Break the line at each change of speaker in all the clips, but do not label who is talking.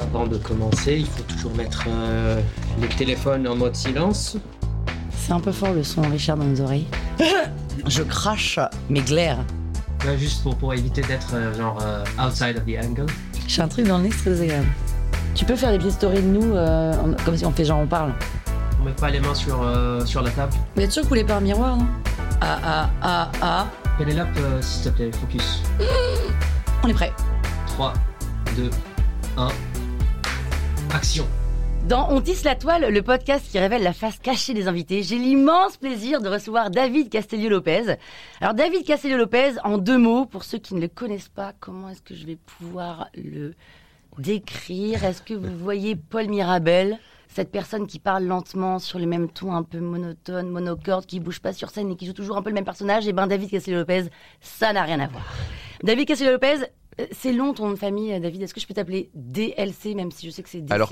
Avant de commencer, il faut toujours mettre euh, le téléphone en mode silence.
C'est un peu fort le son Richard dans nos oreilles. Je crache mes glaires.
Là, juste pour, pour éviter d'être euh, genre euh, outside of the angle.
J'ai un truc dans le nez, c'est très agréable. Tu peux faire des petites stories de nous, euh, en- comme si on fait genre on parle.
On met pas les mains sur, euh, sur la table.
Vous êtes sûr que vous voulez pas un miroir, non Ah ah ah ah.
Pénélope, euh, s'il te plaît, focus.
On est prêt.
3, 2, 1. Action.
Dans On tisse la toile, le podcast qui révèle la face cachée des invités, j'ai l'immense plaisir de recevoir David Castellio-Lopez. Alors David Castellio-Lopez, en deux mots, pour ceux qui ne le connaissent pas, comment est-ce que je vais pouvoir le décrire Est-ce que vous voyez Paul Mirabel cette personne qui parle lentement sur les mêmes tons un peu monotone, monocorde, qui bouge pas sur scène et qui joue toujours un peu le même personnage, et ben David Castello-Lopez, ça n'a rien à voir. David Castello-Lopez, euh, c'est long ton nom de famille, euh, David. Est-ce que je peux t'appeler DLC, même si je sais que c'est DCL
Alors,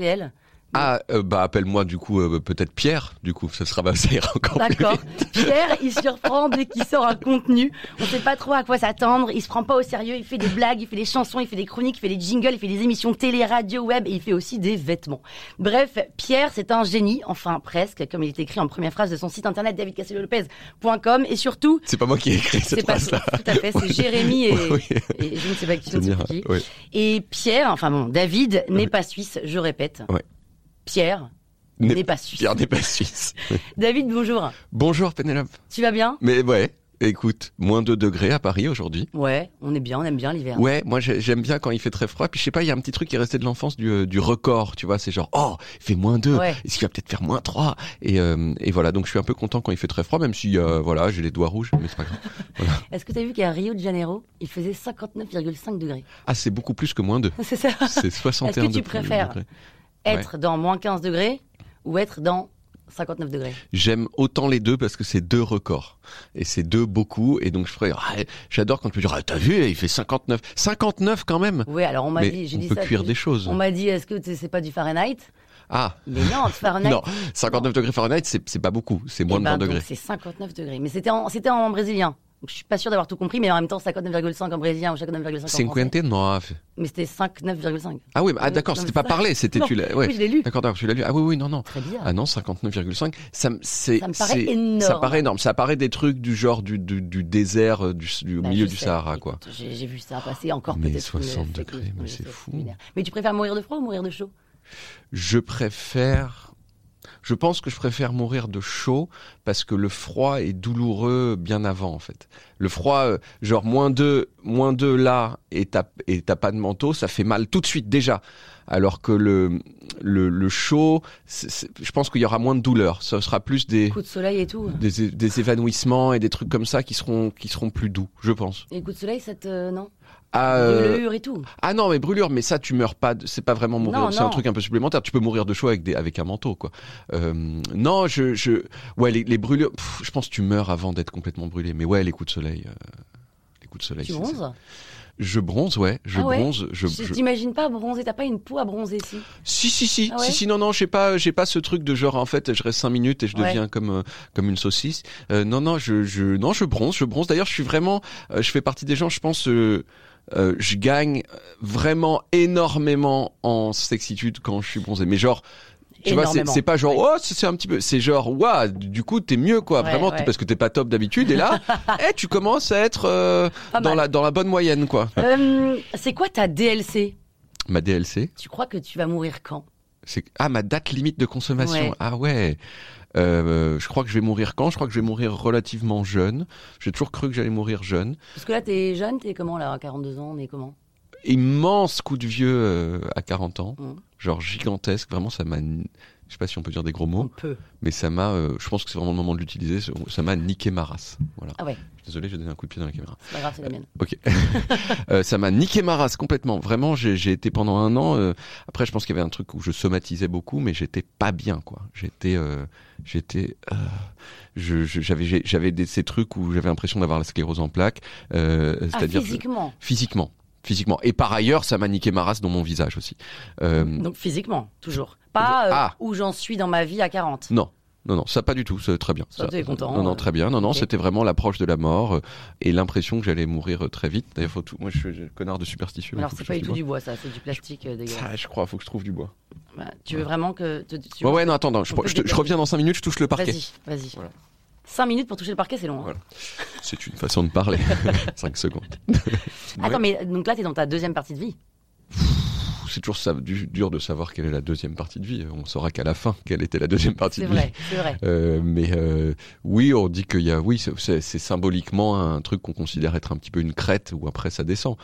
Ah, euh, bah appelle-moi du coup euh, peut-être Pierre, du coup, ce sera bah, ça ira encore plus
D'accord.
vite.
Pierre, il surprend dès qu'il sort un contenu. On sait pas trop à quoi s'attendre. Il se prend pas au sérieux. Il fait des blagues, il fait des chansons, il fait des chroniques, il fait des jingles, il fait des émissions télé, radio, web et il fait aussi des vêtements. Bref, Pierre, c'est un génie, enfin presque, comme il est écrit en première phrase de son site internet davidcastellolopez.com et surtout,
C'est pas moi qui ai écrit
c'est
cette
pas
phrase-là.
tout à fait, c'est Jérémy et,
Oui.
et je ne sais pas qui, je ne sais
C'est-à-dire,
plus qui.
ouais.
Et Pierre, enfin bon, David n'est pas suisse, je répète.
Ouais.
Pierre
N'est-
n'est pas suisse.
Pierre n'est pas suisse.
David, bonjour.
Bonjour Pénélope.
Tu vas bien
Mais ouais, écoute, moins 2 degrés à Paris aujourd'hui.
Ouais, on est bien, on aime bien l'hiver.
Ouais, moi j'ai- j'aime bien quand il fait très froid. Puis je sais pas, il y a un petit truc qui est resté de l'enfance du, euh, du record, tu vois. C'est genre, oh, il fait moins 2,
Ouais.
est-ce qu'il va peut-être faire moins 3 et, euh, et voilà, donc je suis un peu content quand il fait très froid, même si, euh, voilà, j'ai les doigts rouges, mais c'est pas grave.
Est-ce que t'as vu qu'à Rio de Janeiro, il faisait 59,5 degrés
Ah, c'est beaucoup plus que moins 2.
C'est ça
C'est 61
Est-ce que tu
de-
préfères
degrés.
Être dans moins 15 degrés ou être dans 59 degrés
J'aime autant les deux parce que c'est deux records. Et c'est deux beaucoup. Et donc, je ferais, ah, j'adore quand tu me dis, ah, t'as vu, il fait 59. 59 quand même!
Oui, alors on m'a dit,
Mais
j'ai
on
dit
peut
ça,
cuire
j'ai-
des choses.
On m'a dit, est-ce que t'es- c'est pas du Fahrenheit
Ah!
Mais non, du Fahrenheit.
Non, 59 degrés Fahrenheit, c'est c'est pas beaucoup. C'est moins
Eh
de
ben,
20
donc,
degrés.
C'est 59 degrés. Mais c'était en, c'était en brésilien. Donc, je suis pas sûre d'avoir tout compris, mais en même temps, 59,5 en brésilien ou 59,5 en français.
59.
Mais c'était 59,5.
Ah oui, bah, ah,
Euh,
d'accord,
non,
c'était
mais
pas
ça-
parlé, c'était
Non,
tu l'as. ouais.
oui, je l'ai lu.
D'accord, d'accord, tu l'as lu. Ah oui, oui, non, non.
Très bien.
Ah non, 59,5. Ça, me- c'est-
Ça me paraît
c'est-
énorme.
Ça paraît énorme. Ça paraît des trucs du genre du, du, du désert, euh, du, du
Bah,
milieu
je
du
sais.
Sahara,
Écoute,
quoi.
J'ai j'ai vu ça passer encore
Mais
peut-être. une
60
fake
degrés,
news,
mais
oui,
c'est fou.
extraordinaire. Mais tu préfères mourir de froid ou mourir de chaud
Je préfère. Je pense que je préfère mourir de chaud parce que le froid est douloureux bien avant en fait. Le froid, euh, genre moins 2, moins 2 là et t'as et t'as pas de manteau, ça fait mal tout de suite déjà. Alors que le, le, le chaud, c'est- c'est- je pense qu'il y aura moins de douleur. Ce sera plus des,
Coup de soleil et tout.
des, des évanouissements et des trucs comme ça qui seront, qui seront plus doux, je pense.
Et coup de soleil, ça te. non
Ah, euh,
Brûlure et tout.
ah non, mais brûlure, mais ça, tu meurs pas. de- C'est pas vraiment
Non,
mourir. C'est un
non.
truc un peu supplémentaire. Tu peux mourir de chaud avec, des, avec un manteau, quoi. Euh, non, je, je, ouais, les, les brûlures. pff, je pense que tu meurs avant d'être complètement brûlé. Mais ouais, les coups de soleil. euh, les coups de soleil.
Tu
c'est-
bronzes
Je bronze, ouais. Je
Ah ouais
bronze. Je,
Je
je-
t'imagine pas bronzer, t'as pas une peau à bronzer ici.
Si, si, si,
Ah ouais
si, si. Non, non, j'ai pas, j'ai pas ce truc de genre. En fait, je reste cinq minutes et je
Ouais.
deviens comme, euh, comme une saucisse. Euh, non, non, je, je, non, je bronze, je bronze. D'ailleurs, je suis vraiment, euh, je fais partie des gens. Je pense. euh, euh, je gagne vraiment énormément en sexitude quand je suis bronzé. Mais genre, tu vois, c'est-
Énormément.
c'est pas genre,
Ouais.
oh, c'est c'est un petit peu, c'est genre, waouh, du coup, t'es mieux, quoi,
Ouais,
vraiment, t'es-
ouais.
parce que t'es pas top d'habitude, et là, eh, tu commences à être euh,
Pas
dans,
mal.
la, dans la bonne moyenne, quoi.
Euh, c'est quoi ta DLC
Ma DLC,
Tu crois que tu vas mourir quand
c'est, ah, ma date limite de consommation,
Ouais.
ah ouais. Euh, je crois que je vais mourir quand Je crois que je vais mourir relativement jeune. J'ai toujours cru que j'allais mourir jeune.
Parce que là, t'es jeune, t'es comment là À 42 ans, on est comment
Immense coup de vieux euh, à 40 ans,
Mhm.
genre gigantesque, vraiment, ça m'a n- Je sais pas si on peut dire des gros mots,
peut.
mais ça m'a. euh, je pense que c'est vraiment le moment de l'utiliser. Ça m'a niqué ma race. Voilà.
Ah ouais,
Désolé, j'ai donné un coup de pied dans la caméra.
c'est pas grave, c'est la mienne.
Ok. Euh, ça m'a niqué ma race complètement. Vraiment, j'ai j'ai été pendant un an. euh, après, je pense qu'il y avait un truc où je somatisais beaucoup, mais j'étais pas bien, quoi. J'étais, euh, j'étais, euh, je- je- j'avais, j'ai- j'avais des- ces trucs où j'avais l'impression d'avoir la sclérose en plaques. euh,
Ah,
c'est-à-dire que-
physiquement.
physiquement, physiquement. Et par ailleurs, ça m'a niqué ma race dans mon visage aussi. Euh,
Donc physiquement, toujours. Pas euh,
Ah. Hmm.
où j'en suis dans ma vie à 40.
Non. Non, non, ça pas du tout, c'est très bien.
Ça, t'es content,
Non,
euh,
non, très bien. Non, non,
ok.
c'était vraiment l'approche de la mort euh, et l'impression que j'allais mourir euh, très vite. D'ailleurs, faut tout. Moi, je suis un connard de superstitieux.
Alors
faut
c'est
que je
pas du
trouve
tout du bois, ça, c'est du plastique euh,
bois.
dégueulasse.
Ah, je crois, faut que je trouve du bois.
Bah, tu veux vraiment que te- tu- tu-
ouais, ouais, non, attends, attends, je,
on peut
je te- je
déplacer.
reviens dans 5 minutes, je touche le parquet.
Vas-y, vas-y.
Voilà.
5 minutes pour toucher le parquet, c'est long. hein.
Voilà. C'est une façon de parler. 5 secondes.
Attends, mais donc là, t'es dans ta deuxième partie de vie.
Pff, C'est toujours sa- du- dur de savoir quelle est la deuxième partie de vie. On saura qu'à la fin quelle était la deuxième partie
C'est
de vie.
vrai, c'est vrai.
Euh, mais euh, oui, on dit qu'il y a, oui, c'est- c'est c'est symboliquement un truc qu'on considère être un petit peu une crête où après ça descend.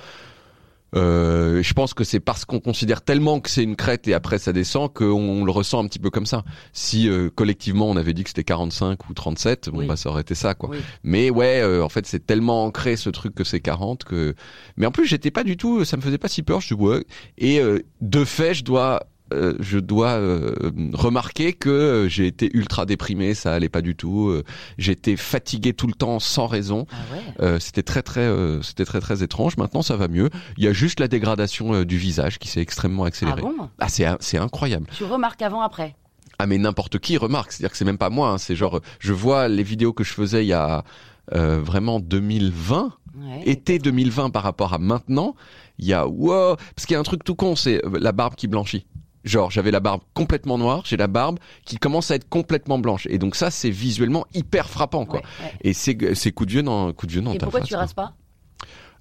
Euh, je pense que c'est parce qu'on considère tellement que c'est une crête et après ça descend qu'on on le ressent un petit peu comme ça. Si euh, collectivement on avait dit que c'était 45 ou 37, bon
Oui.
bah ça aurait été ça quoi.
Oui.
Mais ouais, euh, en fait c'est tellement ancré ce truc que c'est 40 que. Mais en plus j'étais pas du tout, ça me faisait pas si peur. Je dis, ouais. Et euh, de fait je dois euh, je dois euh, remarquer que euh, j'ai été ultra déprimé, ça allait pas du tout. euh, J'étais fatigué tout le temps sans raison.
Ah ouais.
Euh, c'était très très euh, c'était très très étrange. Maintenant ça va mieux. Il y a juste la dégradation euh, du visage qui s'est extrêmement
Ah
accélérée.
bon
Ah, c'est c'est incroyable.
Tu remarques avant, après.
Ah mais n'importe qui remarque, c'est-à-dire que c'est même pas moi, hein. c'est genre euh, je vois les vidéos que je faisais il y a euh, vraiment 2020
Ouais.
été 2020 par rapport à maintenant, il y a wow, parce qu'il y a un truc tout con, c'est euh, la barbe qui blanchit. Genre, j'avais la barbe complètement noire, j'ai la barbe qui commence à être complètement blanche. Et donc ça, c'est visuellement hyper frappant, quoi.
Ouais, ouais.
Et c'est euh, c'est coup de vieux dans coup de vieux dans
Et
ta
pourquoi
face,
tu
quoi.
rases pas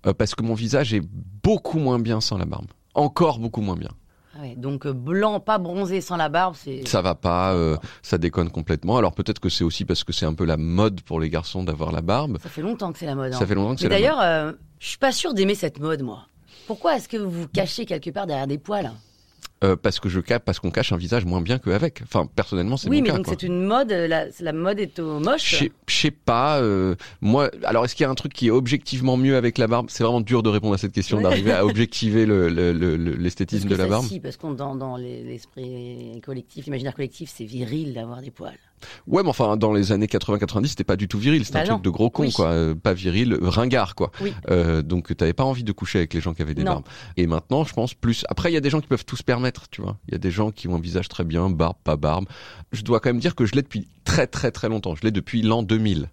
Euh, Parce que mon visage est beaucoup moins bien sans la barbe. Encore beaucoup moins bien.
Ah ouais, Donc euh, blanc, pas bronzé, sans la barbe, c'est.
Ça va pas, euh, ça déconne complètement. Alors peut-être que c'est aussi parce que c'est un peu la mode pour les garçons d'avoir la barbe.
Ça fait longtemps que c'est la mode. hein.
Ça fait longtemps que c'est
Mais
la mode.
d'ailleurs, euh, je suis pas sûre d'aimer cette mode, moi. Pourquoi est-ce que vous vous cachez quelque part derrière des poils
Euh, parce que je cache, parce qu'on cache un visage moins bien qu'avec. Enfin, personnellement, c'est
Oui,
mon
mais
cas,
donc
quoi.
c'est une mode, euh, la, la mode est au moche.
Je sais- je sais pas. euh, moi, alors est-ce qu'il y a un truc qui est objectivement mieux avec la barbe C'est vraiment dur de répondre à cette question,
Ouais.
d'arriver à objectiver le- le- le- le-
Parce
l'esthétisme
que
de la
ça,
barbe.
si, parce qu'on dans, dans les- l'esprit collectif, imaginaire collectif, c'est viril d'avoir des poils.
Ouais, mais enfin, dans les années 80-90, c'était pas du tout viril. C'était
Bah
un
non.
truc de gros con,
Oui.
quoi. Euh, Pas viril, euh, ringard, quoi.
Oui.
Euh, donc, t'avais pas envie de coucher avec les gens qui avaient des
Non.
barbes. Et maintenant, je pense plus. Après, il y a des gens qui peuvent tout se permettre, tu vois. Il y a des gens qui ont un visage très bien, barbe, pas barbe. Je dois quand même dire que je l'ai depuis très, très, très longtemps. Je l'ai depuis l'an 2000.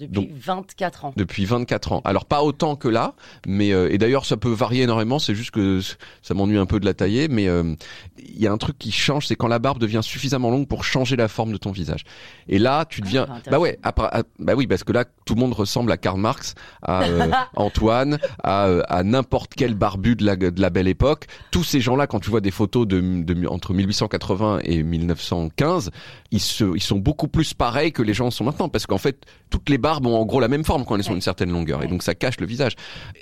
Depuis
Donc-
24 ans.
Depuis 24 ans. Alors pas autant que là, mais euh, et d'ailleurs ça peut varier énormément. C'est juste que c- ça m'ennuie un peu de la tailler, mais euh, il y a un truc qui change, c'est quand la barbe devient suffisamment longue pour changer la forme de ton visage. Et là, tu deviens,
Ah, intéressant.
bah ouais, à part- à- bah oui, parce que là tout le monde ressemble à Karl Marx, à euh, Antoine, à, euh, à n'importe quel barbu de la, de la belle époque. Tous ces gens-là, quand tu vois des photos de, de- entre 1880 et 1915, ils, se, ils sont beaucoup plus pareils que les gens sont maintenant, parce qu'en fait toutes les barbes ont en gros la même forme quand elles sont d'une certaine longueur, et donc ça cache le visage.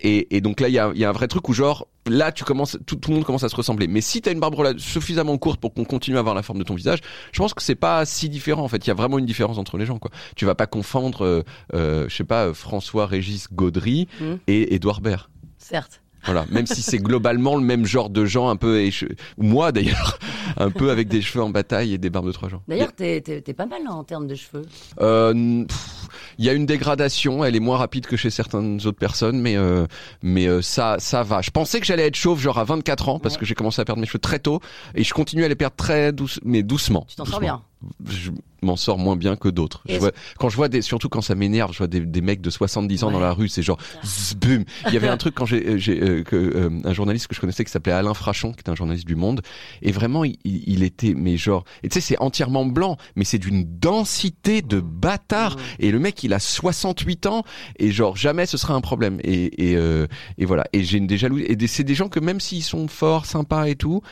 Et, et donc là, il y a, il y a un vrai truc où genre là, tu commences, tout, tout le monde commence à se ressembler. Mais si t'as une barbe rela- suffisamment courte pour qu'on continue à avoir la forme de ton visage, je pense que c'est pas si différent. En fait, il y a vraiment une différence entre les gens. Quoi. Tu vas pas confondre, euh, euh, je sais pas, euh, François Régis Gaudry
Mhm.
et Édouard Baird.
Certes.
Voilà, même si c'est globalement le même genre de gens, un peu éche- moi d'ailleurs, un peu avec des cheveux en bataille et des barbes de trois gens.
D'ailleurs, t'es t'es- t'es pas mal hein, en termes de cheveux.
Euh, pff, Il y a une dégradation, elle est moins rapide que chez certaines autres personnes, mais euh, mais euh, ça ça va. Je pensais que j'allais être chauve genre à 24 ans parce
Ouais.
que j'ai commencé à perdre mes cheveux très tôt et je continue à les perdre très douce, mais doucement.
Tu t'en sors
Doucement.
bien.
Je m'en sors moins bien que d'autres.
Et
Je vois- Quand je vois des, surtout quand ça m'énerve, je vois des, des mecs de 70 ans dans
Ouais.
la rue, c'est genre zzz, boum. Il y avait un truc quand j'ai euh, j'ai, euh, que, euh, un journaliste que je connaissais qui s'appelait Alain Frachon, qui est un journaliste du Monde, et vraiment il, il- il était mais genre, et tu sais c'est entièrement blanc, mais c'est d'une densité de bâtard. Et le mec il a 68 ans et genre jamais ce sera un problème. Et et, euh, et voilà. Et j'ai une des jalousies. Et des- c'est des gens que même s'ils sont forts, sympas et tout.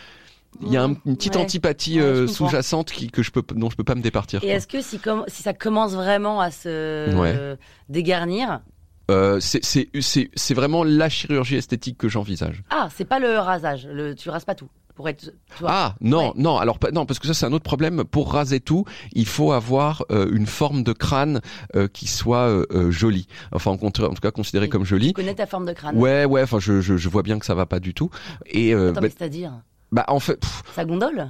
Il y a un- une petite
Ouais.
antipathie
Ouais, je
euh,
comprends.
sous-jacente qui que je peux dont je peux pas me départir.
Et
quoi.
est-ce que si, com- si ça commence vraiment à se
Ouais.
euh, dégarnir,
Euh, c'est- c'est c'est- c'est vraiment la chirurgie esthétique que j'envisage.
ah, c'est pas le rasage, le, tu rases pas tout. pour être toi.
Ah non
Ouais.
non alors pas- non parce que ça c'est un autre problème pour raser tout il faut avoir euh, une forme de crâne euh, qui soit euh, euh, jolie enfin en, contra- en tout cas considérée
Oui.
comme jolie
Tu connais ta forme de crâne.
ouais ouais enfin je, je je vois bien que ça va pas du tout et euh,
Attends,
bah,
mais c'est-à-dire
bah, en fait pff,
Ça gondole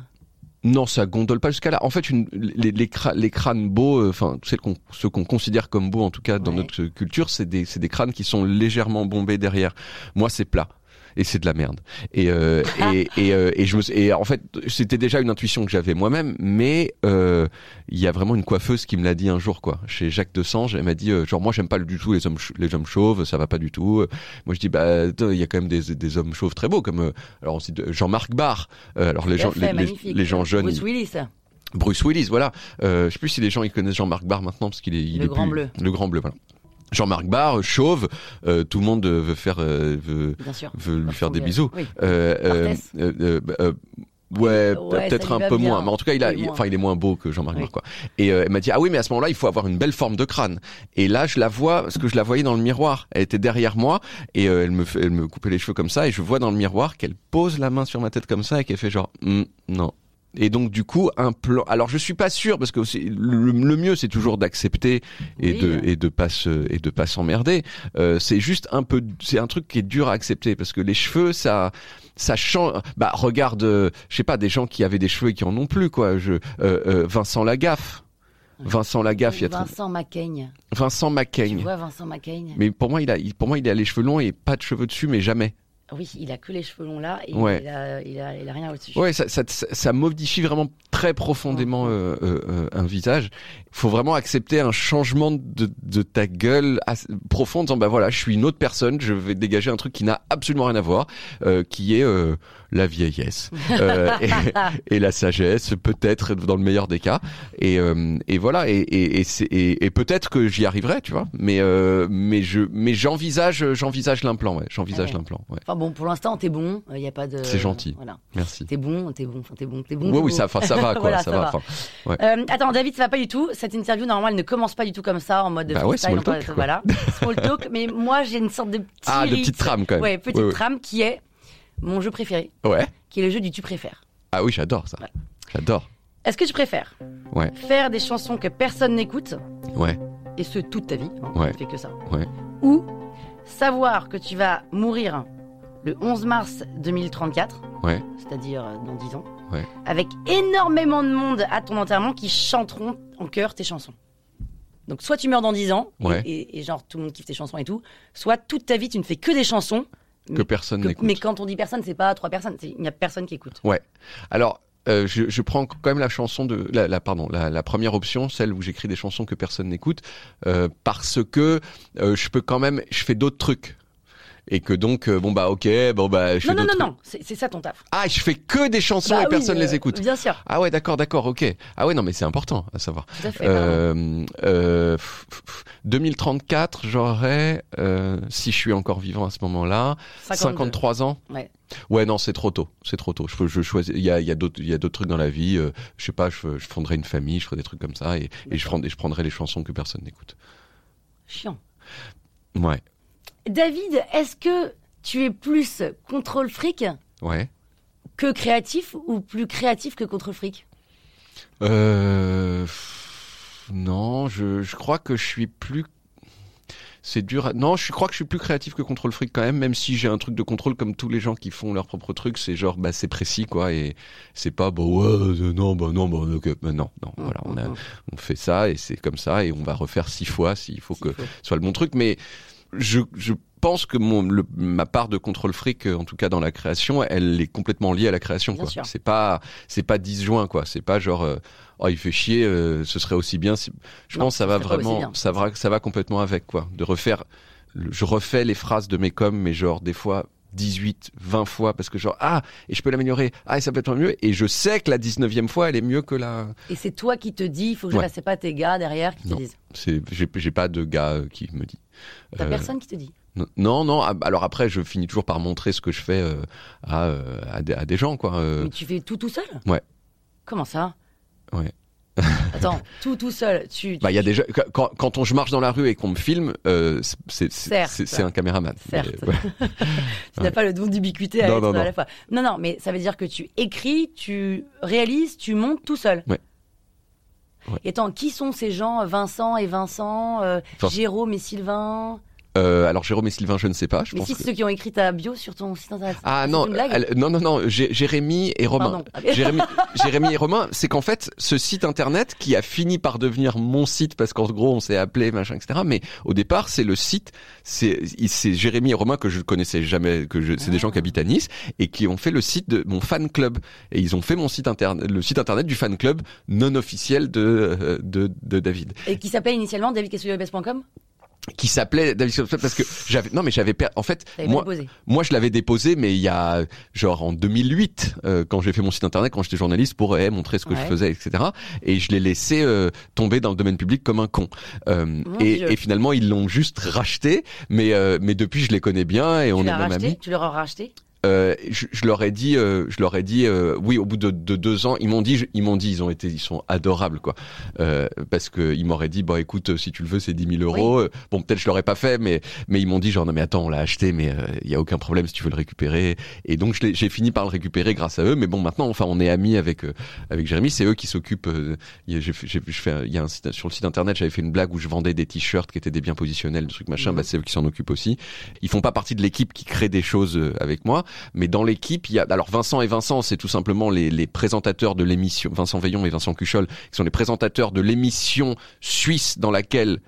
non ça gondole pas jusqu'à là en fait une, les les, cra- les crânes beaux euh, enfin celles qu'on ceux qu'on considère comme beaux en tout cas dans
Ouais.
notre culture c'est des c'est des crânes qui sont légèrement bombés derrière moi c'est plat et c'est de la merde. Et euh, et et, euh, et je me suis- et en fait c'était déjà une intuition que j'avais moi-même, mais euh, il y a vraiment une coiffeuse qui me l'a dit un jour quoi, chez Jacques Desange, elle m'a dit euh, genre moi j'aime pas du tout les hommes ch- les hommes chauves, ça va pas du tout. Euh, Moi je dis bah attends, il y a quand même des des hommes chauves très beaux comme euh, alors on cite euh, Jean-Marc Barr. Euh, alors les
Tout à
gens
fait,
les, les,
magnifique.
les gens jeunes
Bruce
ils-
Willis.
Bruce Willis, voilà. Euh, je sais plus si les gens ils connaissent Jean-Marc Barr maintenant parce qu'il est, il
Le
est
Grand
plus-
Bleu.
Le grand bleu, voilà. Jean-Marc Barr, chauve, euh, tout le monde euh, veut faire euh, veut,
Bien sûr.
veut lui
Parce
faire des
qu'on-
bisous.
oui.
Euh, euh,
Barthès.
euh, euh, bah, euh, Ouais,
Ouais,
peut-
ça
peut-être
lui va
un peu
bien.
moins, mais en tout cas, il a,
Il est
il-
moins.
enfin, il est moins beau que Jean-Marc
Oui.
Barr, quoi. Et euh, elle m'a dit, ah oui, mais à ce moment-là, il faut avoir une belle forme de crâne. Et là, je la vois, parce que je la voyais dans le miroir. Elle était derrière moi, et euh, elle me, fait- elle me coupait les cheveux comme ça, et je vois dans le miroir qu'elle pose la main sur ma tête comme ça, et qu'elle fait genre, Hmm, non. Et donc, du coup, un plan. Alors, je suis pas sûr, parce que c'est- le, le mieux, c'est toujours d'accepter et
Oui.
de et de pas se- et de pas s'emmerder. Euh, c'est juste un peu, c'est un truc qui est dur à accepter parce que les cheveux, ça, ça change. Bah regarde, euh, je sais pas, des gens qui avaient des cheveux et qui en ont plus quoi. Je, euh, euh, Vincent Lagaffe, Vincent Lagaffe, il y a très-
Vincent McCain.
Vincent
Tu
Macaigne.
vois Vincent McCain
Mais pour moi, il a, il- pour moi, il a les cheveux longs et pas de cheveux dessus, mais jamais.
Oui, il a que les cheveux longs là et
Ouais.
il, a, il, a, il a rien au-dessus.
Ouais, ça, ça, ça- ça modifie vraiment très profondément euh, euh, euh, un visage. Faut vraiment accepter un changement de, de ta gueule assez- profond, en disant bah voilà, je suis une autre personne, je vais dégager un truc qui n'a absolument rien à voir, euh, qui est euh, la vieillesse euh, et, et la sagesse, peut-être dans le meilleur des cas. Et, euh, et voilà, et, et, et, c'est- et- et peut-être que j'y arriverai, tu vois. Mais euh, mais je mais j'envisage j'envisage l'implant, ouais, j'envisage
Ouais.
l'implant. Ouais,
Enfin bon, pour l'instant, t'es bon. Il y a pas de.
C'est gentil.
Voilà.
merci.
T'es bon, t'es bon, enfin, t'es bon, t'es bon.
Oui,
t'es
oui,
bon.
ça, enfin, ça va, quoi,
Voilà,
ça,
ça
va.
va.
enfin,
Euh, attends, David, ça va pas du tout. Cette interview, normalement, elle ne commence pas du tout comme ça, en mode
Bah ouais,
freestyle,
small
en mode-
talk, quoi.
voilà, small talk. Mais moi, j'ai une sorte de petit
Ah, de
rite.
petites trames quand même.
Ouais, petite
Ouais, ouais.
trame qui est mon jeu préféré,
Ouais.
qui est le jeu du tu préfères.
Ah oui, j'adore ça.
Ouais.
J'adore.
Est-ce que tu préfères
Ouais.
faire des chansons que personne n'écoute,
Ouais.
et ce toute ta vie, hein,
Ouais.
tu fais que ça,
Ouais.
ou savoir que tu vas mourir le 11 mars 2034,
Ouais.
c'est-à-dire euh, dans 10 ans,
Ouais.
avec énormément de monde à ton enterrement qui chanteront en chœur tes chansons. Donc soit tu meurs dans 10 ans, et-
Ouais.
et, et genre tout le monde kiffe tes chansons et tout, soit toute ta vie tu ne fais que des chansons,
Que personne
que-
n'écoute.
mais quand on dit personne, c'est pas trois personnes, c'est- il n'y a personne qui écoute.
Ouais. Alors, euh, je, je prends quand même la chanson de la, la- pardon la, la première option, celle où j'écris des chansons que personne n'écoute, euh, parce que euh, je peux quand même, je fais d'autres trucs et que donc euh, bon bah ok bon bah je fais
Non, non, non,
d'autres trucs.
non, c'est c'est ça ton taf.
ah je fais que des chansons
Bah
et
oui,
personne
euh,
les écoute
Bien sûr,
ah ouais d'accord d'accord ok ah ouais non mais c'est important à savoir
tout à fait. pardon.
Euh, euh, pff, pff, pff, 2034 j'aurais euh, si je suis encore vivant à ce moment-là
52.
53 ans
Ouais.
Ouais, non, c'est trop tôt. C'est trop tôt. Je, peux- je choisis. Il y a, il y a d'autres, il y a d'autres trucs dans la vie. euh, je sais pas. Je, je fonderai une famille. Je ferai des trucs comme ça et, et je, prendrai, je prendrai les chansons que personne n'écoute.
Chiant.
Ouais,
David, est-ce que tu es plus contrôle fric
ouais.
que créatif ou plus créatif que contrôle fric
Euh, pff, non, je, je crois que je suis plus. C'est dur. à- Non, je crois que je suis plus créatif que contrôle fric quand même, même si j'ai un truc de contrôle comme tous les gens qui font leur propre truc. C'est genre, bah, c'est précis quoi, et c'est pas, bah ouais, euh, non, bah non, bah, ok, bah, non, non. Voilà, on a, on fait ça et c'est comme ça et on va refaire six fois s'il faut que ce soit le bon truc. Mais je, je pense que mon, le- ma part de contrôle fric, euh, en tout cas dans la création, elle est complètement liée à la création.
Bien
quoi.
sûr.
C'est pas, c'est pas disjoint quoi. C'est pas genre, euh, oh il fait chier, euh, ce serait aussi bien. si- Je
Non,
pense que ça
ce
va
serait pas aussi bien.
vraiment, ça va, ça va complètement avec quoi. De refaire, le- je refais les phrases de mes coms, mais genre des fois. 18, 20 fois parce que genre ah et je peux l'améliorer ah et ça peut être mieux et je sais que la 19e fois elle est mieux que la
Et c'est toi qui te dis, il faut que je
Ouais.
fasse c'est pas tes gars derrière qui te
Non.
disent.
c'est j'ai j'ai pas de gars euh, qui me dit.
T'as
Euh,
personne qui te dit.
non- Non, non. ah, Alors après, je finis toujours par montrer ce que je fais euh, à, euh, à, des, à des gens, quoi. euh,
Mais tu fais tout tout seul
ouais.
Comment ça
Ouais.
Attends, tout tout seul, tu. tu-
Bah, il y a déjà quand, quand on je marche dans la rue et qu'on me filme, euh, c'est c'est-
Certes.
c'est c'est un caméraman.
Certes.
Mais, ouais.
Tu n'as
Ouais.
pas le don d'ubiquité à
Non,
être
non, non.
à la fois. Non, non, mais ça veut dire que tu écris, tu réalises, tu montes tout seul.
Ouais. Ouais.
Et attends, qui sont ces gens, Vincent et Vincent, euh,
Enfin-
Jérôme et Sylvain
Euh, alors Jérôme et Sylvain, je ne sais pas. Je
Mais
pense
si
que-
c'est ceux qui ont écrit ta bio sur ton site internet.
Ah
C'est
non,
une blague
elle- non, non, non, Jé- Jérémy et Romain.
Pardon. Ah, merde.
Jérémy, Jérémy et Romain, c'est qu'en fait, ce site internet qui a fini par devenir mon site parce qu'en gros, on s'est appelé, machin, etc. Mais au départ, c'est le site, c'est il- c'est Jérémy et Romain que je ne connaissais jamais, que je, c'est des gens qui habitent à Nice et qui ont fait le site de mon fan club. Et ils ont fait mon site internet, le site internet du fan club non officiel de, euh, de, de David
Et qui s'appelait initialement davidcastillo.com
qui s'appelait David Sopflet parce que j'avais non mais j'avais per- en fait
T'avais
moi
proposé.
moi je l'avais déposé mais il y a genre en 2008 euh, quand j'ai fait mon site internet quand j'étais journaliste pour eh, montrer ce que
Ouais.
je faisais etc et je l'ai laissé euh, tomber dans le domaine public comme un con Euh,
Mon
et,
Dieu.
et finalement ils l'ont juste racheté mais euh, mais depuis je les connais bien et on
Tu
est
l'as
même
racheté
amis
Tu leur as racheté
euh, je, je leur ai dit, euh, je leur ai dit, euh, oui, au bout de, de deux ans, ils m'ont dit, je- ils m'ont dit, ils ont été, ils sont adorables, quoi, euh, parce que ils m'auraient dit, bah écoute, euh, si tu le veux, c'est 10 000 euros. Euh, Bon, peut-être je l'aurais pas fait, mais mais ils m'ont dit, genre non mais attends, on l'a acheté, mais euh, il y a aucun problème si tu veux le récupérer. Et donc je l'ai- j'ai fini par le récupérer grâce à eux. Mais bon, maintenant, enfin, on est amis avec euh, avec Jérémy, c'est eux qui s'occupent. euh, il y a- j'ai fait- j'ai- je fais un- il y a un site sur le site internet, j'avais fait une blague où je vendais des t-shirts qui étaient des biens positionnels, des trucs machin.
Mhm.
Bah c'est eux qui s'en occupent aussi. Ils font pas partie de l'équipe qui crée des choses euh, avec moi, mais dans l'équipe, il y a alors Vincent et Vincent, c'est tout simplement les, les présentateurs de l'émission Vincent Veillon et Vincent Cuchol, qui sont les présentateurs de l'émission suisse dans laquelle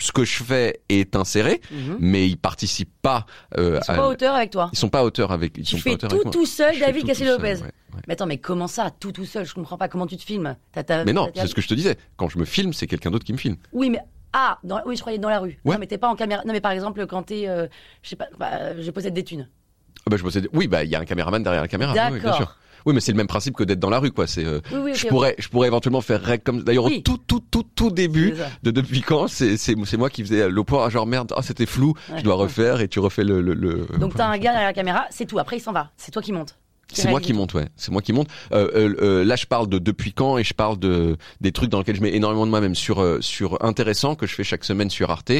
ce que je fais est inséré,
Mhm.
mais ils participent pas. euh,
Ils sont
à-
pas auteurs avec toi.
ils sont pas auteurs avec. Ils
Tu
sont
fais
pas auteurs
tout
avec moi.
tout seul,
Je fais
David
tout tout seul,
Castillo-Lopez.
ouais, ouais.
Mais attends, mais comment ça, tout tout seul Je comprends pas. Comment tu te filmes T'as- t'as-
Mais non,
t'as-
c'est ce que je te disais. Quand je me filme, c'est quelqu'un d'autre qui me filme.
Oui, mais ah, dans- oui, je croyais dans la rue.
Ouais.
Non, mais t'es pas en caméra. Non, mais par exemple, quand t'es, euh, je sais pas, bah, je possède des thunes.
Ah bah, je possède- Oui, bah il y a un caméraman derrière la caméra. Oui, oui, bien
D'accord.
sûr. Oui, mais c'est le même principe que d'être dans la rue, quoi. C'est, euh,
Oui, oui, ok,
je
ok.
pourrais, je pourrais éventuellement faire rec comme. D'ailleurs,
Oui.
au tout, tout, tout, tout début
C'est ça.
de depuis quand, c'est, c'est, c'est moi qui faisais le point. ah, Genre merde, ah c'était flou,
Ouais.
je dois refaire et tu refais le. le, le-
Donc t'as un gars derrière la caméra, c'est tout. Après, il s'en va. C'est toi qui monte.
C'est moi qui monte, ouais. C'est moi qui monte. Euh, euh, euh, là, je parle de depuis quand et je parle de des trucs dans lesquels je mets énormément de moi-même sur euh, sur intéressant que je fais chaque semaine sur Arte.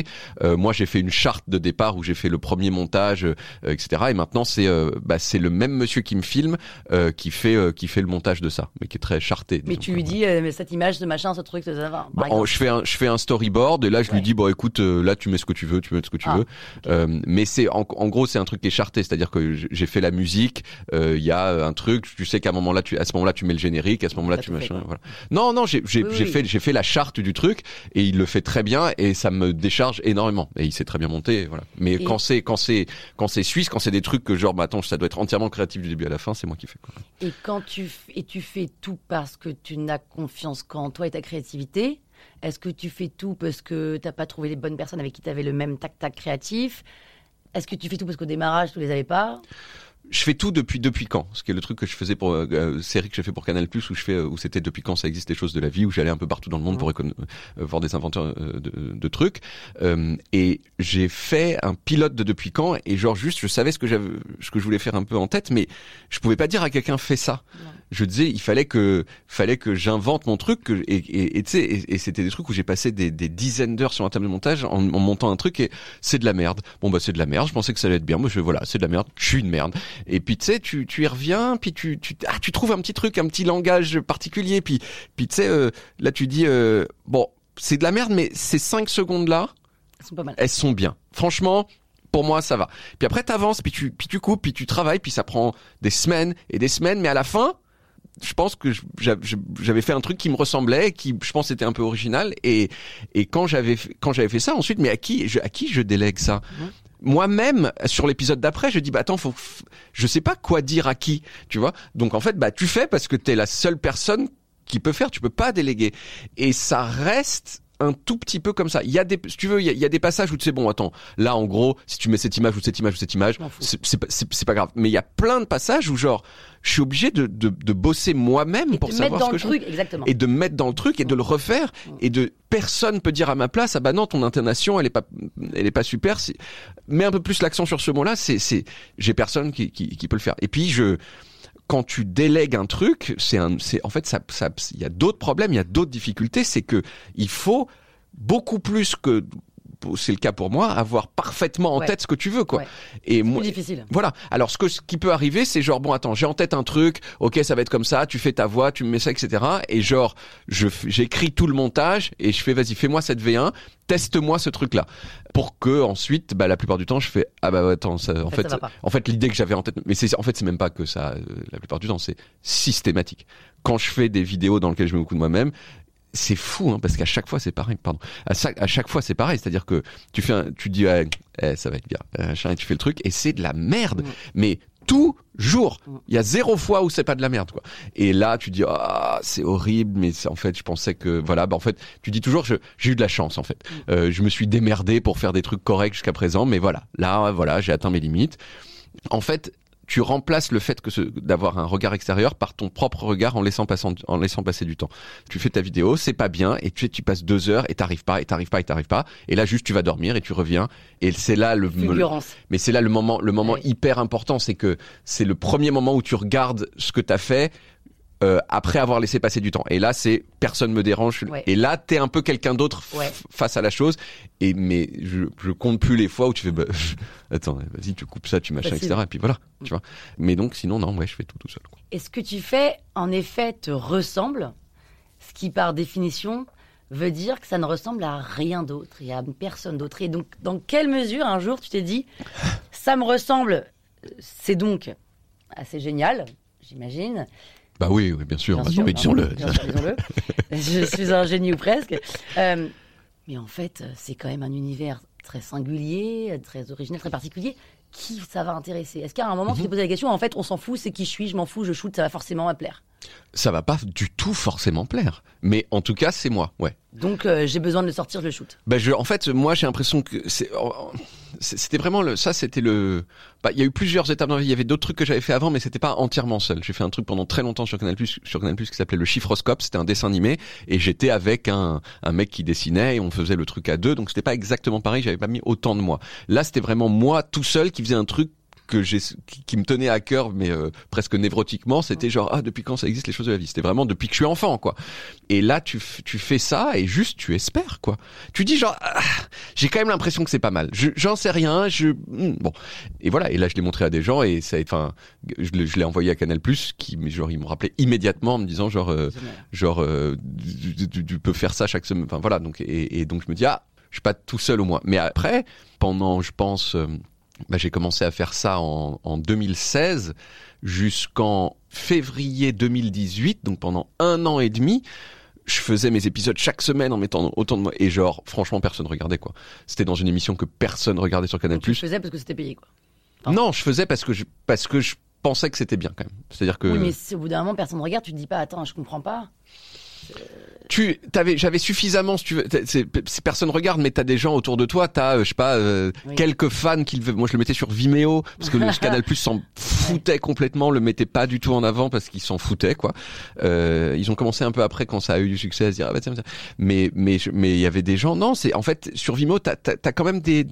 Euh, moi, j'ai fait une charte de départ où j'ai fait le premier montage, euh, euh, etc. Et maintenant, c'est euh, bah, c'est le même monsieur qui me filme euh, qui fait euh, qui fait le montage de ça, mais qui est très charté.
Mais
disons.
tu lui dis, euh, mais cette image, ce machin, ce truc, ce ça va.
Bah,
Par
en-
exemple.
je fais un je fais un storyboard et là je
Ouais.
lui dis bon écoute euh, là tu mets ce que tu veux tu mets ce que tu
Ah,
veux Euh, mais c'est en, en gros c'est un truc qui est charté c'est-à-dire que j- j'ai fait la musique euh, il y a un truc tu sais qu'à un moment là tu à ce moment là tu mets le générique à ce moment là
T'as
tu
tout fait,
machin,
quoi.
voilà. non non j'ai j'ai
Oui,
j'ai
oui.
fait j'ai fait la charte du truc et il le fait très bien et ça me décharge énormément et il s'est très bien monté et voilà mais
Et-
quand c'est quand c'est quand c'est suisse quand c'est des trucs que genre bah attends ça doit être entièrement créatif du début à la fin c'est moi qui fais quoi.
Et quand tu f- et tu fais tout parce que tu n'as confiance qu'en toi et ta créativité. Est-ce que tu fais tout parce que t'as pas trouvé les bonnes personnes avec qui t'avais le même tac-tac créatif Est-ce que tu fais tout parce qu'au démarrage tu les avais pas
je fais tout depuis depuis quand ce qui est le truc que je faisais pour euh, euh, série que j'ai fait pour Canal Plus où je fais euh, où c'était depuis quand ça existe les choses de la vie où j'allais un peu partout dans le monde pour écon- euh, voir des inventeurs euh, de, de trucs Euh, et j'ai fait un pilote de depuis quand et genre juste je savais ce que j'avais ce que je voulais faire un peu en tête mais je pouvais pas dire à quelqu'un fais ça je disais il fallait que fallait que j'invente mon truc que, et et et, tu sais, et, et c'était des trucs où j'ai passé des, des dizaines d'heures sur un table de montage en, en montant un truc et c'est de la merde bon bah c'est de la merde je pensais que ça allait être bien moi je voilà c'est de la merde je suis une merde et puis tu sais tu tu y reviens puis tu tu ah, tu trouves un petit truc un petit langage particulier puis puis tu sais euh, là tu dis euh, bon c'est de la merde mais ces cinq secondes là
Elles sont pas mal.
elles sont bien. Franchement, pour moi, ça va. Puis après, t'avances, puis tu, puis tu coupes, puis tu travailles, puis ça prend des semaines et des semaines, mais à la fin, je pense que je- j'a- je- j'avais fait un truc qui me ressemblait, qui, je pense, était un peu original. Et, et quand j'avais, fait- quand j'avais fait ça, ensuite, mais à qui, je, à qui je délègue ça Moi-même, sur l'épisode d'après, je dis, bah attends, faut, f- je sais pas quoi dire à qui, tu vois. Donc en fait, bah tu fais parce que t'es la seule personne qui peut faire, tu peux pas déléguer. Et ça reste un tout petit peu comme ça. Il y a des, si tu veux, il y a, il y a des passages où tu sais, bon, attends, là, en gros, si tu mets cette image ou cette image ou cette image,
Je m'en fous.
c'est c'est pas, c'est- c'est pas grave. Mais il y a plein de passages où genre, je suis obligé de, de, de bosser moi-même
Et
pour
te mettre
savoir
dans
ce que
le
je
truc, exactement. Mm.
et de mettre dans le truc et de le refaire et de personne peut dire à ma place ah bah non ton intonation elle est pas elle est pas super si mets un peu plus l'accent sur ce mot là c'est c'est j'ai personne qui, qui qui peut le faire et puis je quand tu délègues un truc, c'est un, c'est en fait ça, ça- il y a d'autres problèmes, il y a d'autres difficultés. C'est que il faut beaucoup plus que c'est le cas pour moi, avoir parfaitement en
Ouais.
tête ce que tu veux, quoi.
Ouais.
Et
Plus
moi,
difficile.
voilà. Alors ce, que, ce qui peut arriver, c'est genre bon attends, j'ai en tête un truc, ok ça va être comme ça, tu fais ta voix, tu me mets ça, etc. Et genre je f- j'écris tout le montage et je fais vas-y fais-moi cette V1, teste-moi ce truc là, pour que ensuite bah la plupart du temps je fais ah bah attends ça, en
fait, ça
fait
va pas.
en fait l'idée que j'avais en tête, mais c'est en fait c'est même pas que ça euh, la plupart du temps c'est systématique. Quand je fais des vidéos dans lesquelles je mets beaucoup de moi-même c'est fou hein, parce qu'à chaque fois c'est pareil pardon à, sa- à chaque fois c'est pareil c'est à dire que tu fais un- tu dis eh, eh, ça va être bien eh, machin, et tu fais le truc et c'est de la merde
Mm.
mais toujours
Mm.
il y a zéro fois où c'est pas de la merde quoi et là tu dis ah c'est horrible mais c'est- en fait je pensais que voilà bah en fait tu dis toujours je- j'ai eu de la chance en fait Euh, je me suis démerdé pour faire des trucs corrects jusqu'à présent mais voilà là voilà j'ai atteint mes limites en fait tu remplaces le fait que ce- d'avoir un regard extérieur par ton propre regard en laissant, passant- en laissant passer du temps tu fais ta vidéo, c'est pas bien, et tu, tu passes deux heures et t'arrives pas, et t'arrives pas, et t'arrives pas, et là juste tu vas dormir et tu reviens, et c'est là le,
Fulgurance.
mais c'est là le moment, le moment
Oui.
hyper important, c'est que c'est le premier moment où tu regardes ce que t'as fait euh, après avoir laissé passer du temps. Et là, c'est personne me dérange.
Ouais.
Et là, t'es un peu quelqu'un d'autre f-
Ouais.
face à la chose. Et mais je, je compte plus les fois où tu fais bah, attends, vas-y, tu coupes ça, tu machins,
Facile.
etc. Et puis voilà, tu vois. Mais donc sinon, non, ouais, je fais tout tout seul. quoi.
Et ce que tu fais, en effet, te ressemble, ce qui, par définition, veut dire que ça ne ressemble à rien d'autre et à personne d'autre. Et donc, dans quelle mesure, un jour, tu t'es dit, ça me ressemble, c'est donc assez génial, j'imagine.
Bah oui, oui, bien sûr.
Bien
bah,
sûr,
mais
pardon,
disons-le.
bien sûr, disons-le. Je suis un génie ou presque. Euh, mais en fait, c'est quand même un univers très singulier, très original, très particulier. Qui ça va intéresser Est-ce qu'à un moment, tu t'es posé la question, en fait, on s'en fout, c'est qui je suis, je m'en fous, je shoot, ça va forcément me plaire.
ça va pas du tout forcément plaire. Mais en tout cas, c'est moi, ouais.
Donc, euh, j'ai besoin de le sortir, je le shoot.
Ben je, en fait, moi, j'ai l'impression que c'est, en- c'est- c'était vraiment le, ça, c'était le, bah, il y a eu plusieurs étapes dans la vie. Il y avait d'autres trucs que j'avais fait avant, mais c'était pas entièrement seul. J'ai fait un truc pendant très longtemps sur Canal Plus, sur Canal Plus qui s'appelait le Chiffroscope. C'était un dessin animé et j'étais avec un, un mec qui dessinait et on faisait le truc à deux. Donc c'était pas exactement pareil. J'avais pas mis autant de moi. Là, c'était vraiment moi tout seul qui faisait un truc que j'ai qui, qui me tenait à cœur mais euh, presque névrotiquement c'était genre ah depuis quand ça existe les choses de la vie c'était vraiment depuis que je suis enfant quoi et là tu f- tu fais ça et juste tu espères quoi tu dis genre Ah, j'ai quand même l'impression que c'est pas mal Je- j'en sais rien je hmm, bon et voilà et là je l'ai montré à des gens et ça a été- enfin je l'ai- je l'ai envoyé à Canal Plus qui genre ils me rappelaient immédiatement en me disant genre euh, genre euh, tu, tu- tu peux faire ça chaque semaine enfin voilà donc et, et donc je me dis ah je suis pas tout seul au moins mais après pendant je pense euh, bah, j'ai commencé à faire ça en, en 2016 jusqu'en février 2018 donc pendant un an et demi je faisais mes épisodes chaque semaine en mettant autant de moi et genre franchement personne regardait quoi c'était dans une émission que personne regardait sur Canal
Je le faisais parce que c'était payé, quoi. pardon.
non je faisais parce que je parce que je pensais que c'était bien quand même c'est à dire que Bah,
Oui, mais c'est- au bout d'un moment, personne ne regarde, tu te dis pas, attends, je comprends pas.
tu t'avais j'avais suffisamment si tu veux t'es- c'est c'est- personne regarde mais t'as des gens autour de toi t'as euh, je sais pas euh,
Oui.
quelques fans qui le veulent. moi je le mettais sur Vimeo parce que le Canal Plus s'en foutait complètement le mettait pas du tout en avant parce qu'ils s'en foutaient quoi euh, ils ont commencé un peu après quand ça a eu du succès à se dire ah bah tiens, tiens. mais mais je- mais il y avait des gens non c'est en fait sur Vimeo t'as t'as t'as quand même des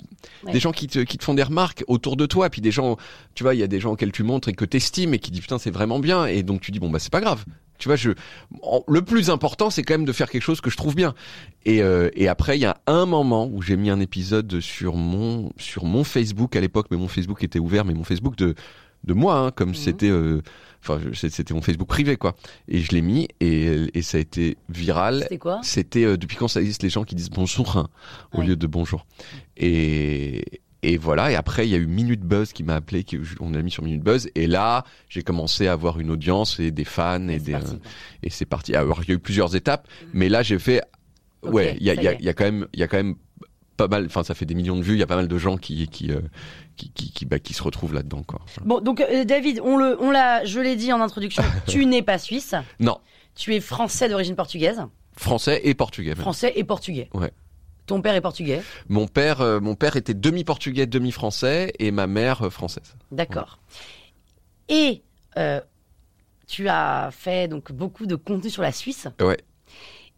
Ouais.
des gens qui te qui te font des remarques autour de toi puis des gens tu vois il y a des gens auxquels tu montres et que t'estimes et qui disent putain c'est vraiment bien et donc tu dis bon bah c'est pas grave tu vois je en- le plus important, c'est quand même de faire quelque chose que je trouve bien. Et, euh, et après, il y a un moment où j'ai mis un épisode sur mon sur mon Facebook à l'époque, mais mon Facebook était ouvert, mais mon Facebook de de moi, hein, comme c'était euh, enfin je- c'est- c'était mon Facebook privé quoi. Et je l'ai mis et, et ça a été viral.
C'était quoi
C'était euh, depuis quand ça existe les gens qui disent bonjour hein, au
Ouais.
lieu de bonjour. Et et voilà, et après il y a eu Minute Buzz qui m'a appelé, qui, on a mis sur Minute Buzz, et là j'ai commencé à avoir une audience et des fans et
C'est
des, euh,
parti, quoi.
et c'est parti. Alors, il y a eu plusieurs étapes, mais là, j'ai fait.
Ok,
Ouais, il y a,
ça
il y, a-
y est.
il y a quand même, il y a quand même pas mal. Enfin, ça fait des millions de vues. Il y a pas mal de gens qui qui euh, qui, qui, qui, bah, qui se retrouvent là-dedans, quoi.
Bon, donc, euh, David, on le, on l'a, je l'ai dit en introduction, tu n'es pas suisse,
Non,
tu es français d'origine portugaise,
français et portugais. même.
français et portugais.
Ouais.
Ton père est portugais.
Mon père, euh, mon père était demi-portugais, demi-français, et ma mère euh, française.
D'accord. Et euh, tu as fait donc beaucoup de contenu sur la Suisse.
Ouais.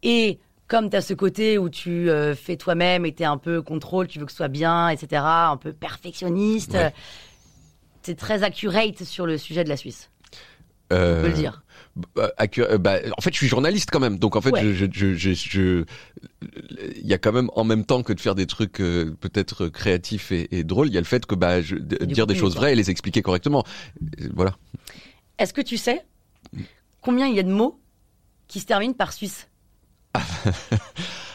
Et comme tu as ce côté où tu euh, fais toi-même et tu es un peu contrôle, tu veux que ce soit bien, etc., un peu perfectionniste, euh,
Ouais.
tu es très accurate sur le sujet de la Suisse.
Euh,
on peut le dire.
bah, accu- euh, bah, en fait, je suis journaliste quand même, donc en fait,
Ouais.
je, je, je, je- je- il y a quand même en même temps que de faire des trucs euh, peut-être créatifs et, et drôles, il y a le fait que bah, je, de-
Du
dire des
contenu,
choses
quoi.
vraies et les expliquer correctement. Euh, Voilà.
Est-ce que tu sais combien il y a de mots qui se terminent par Suisse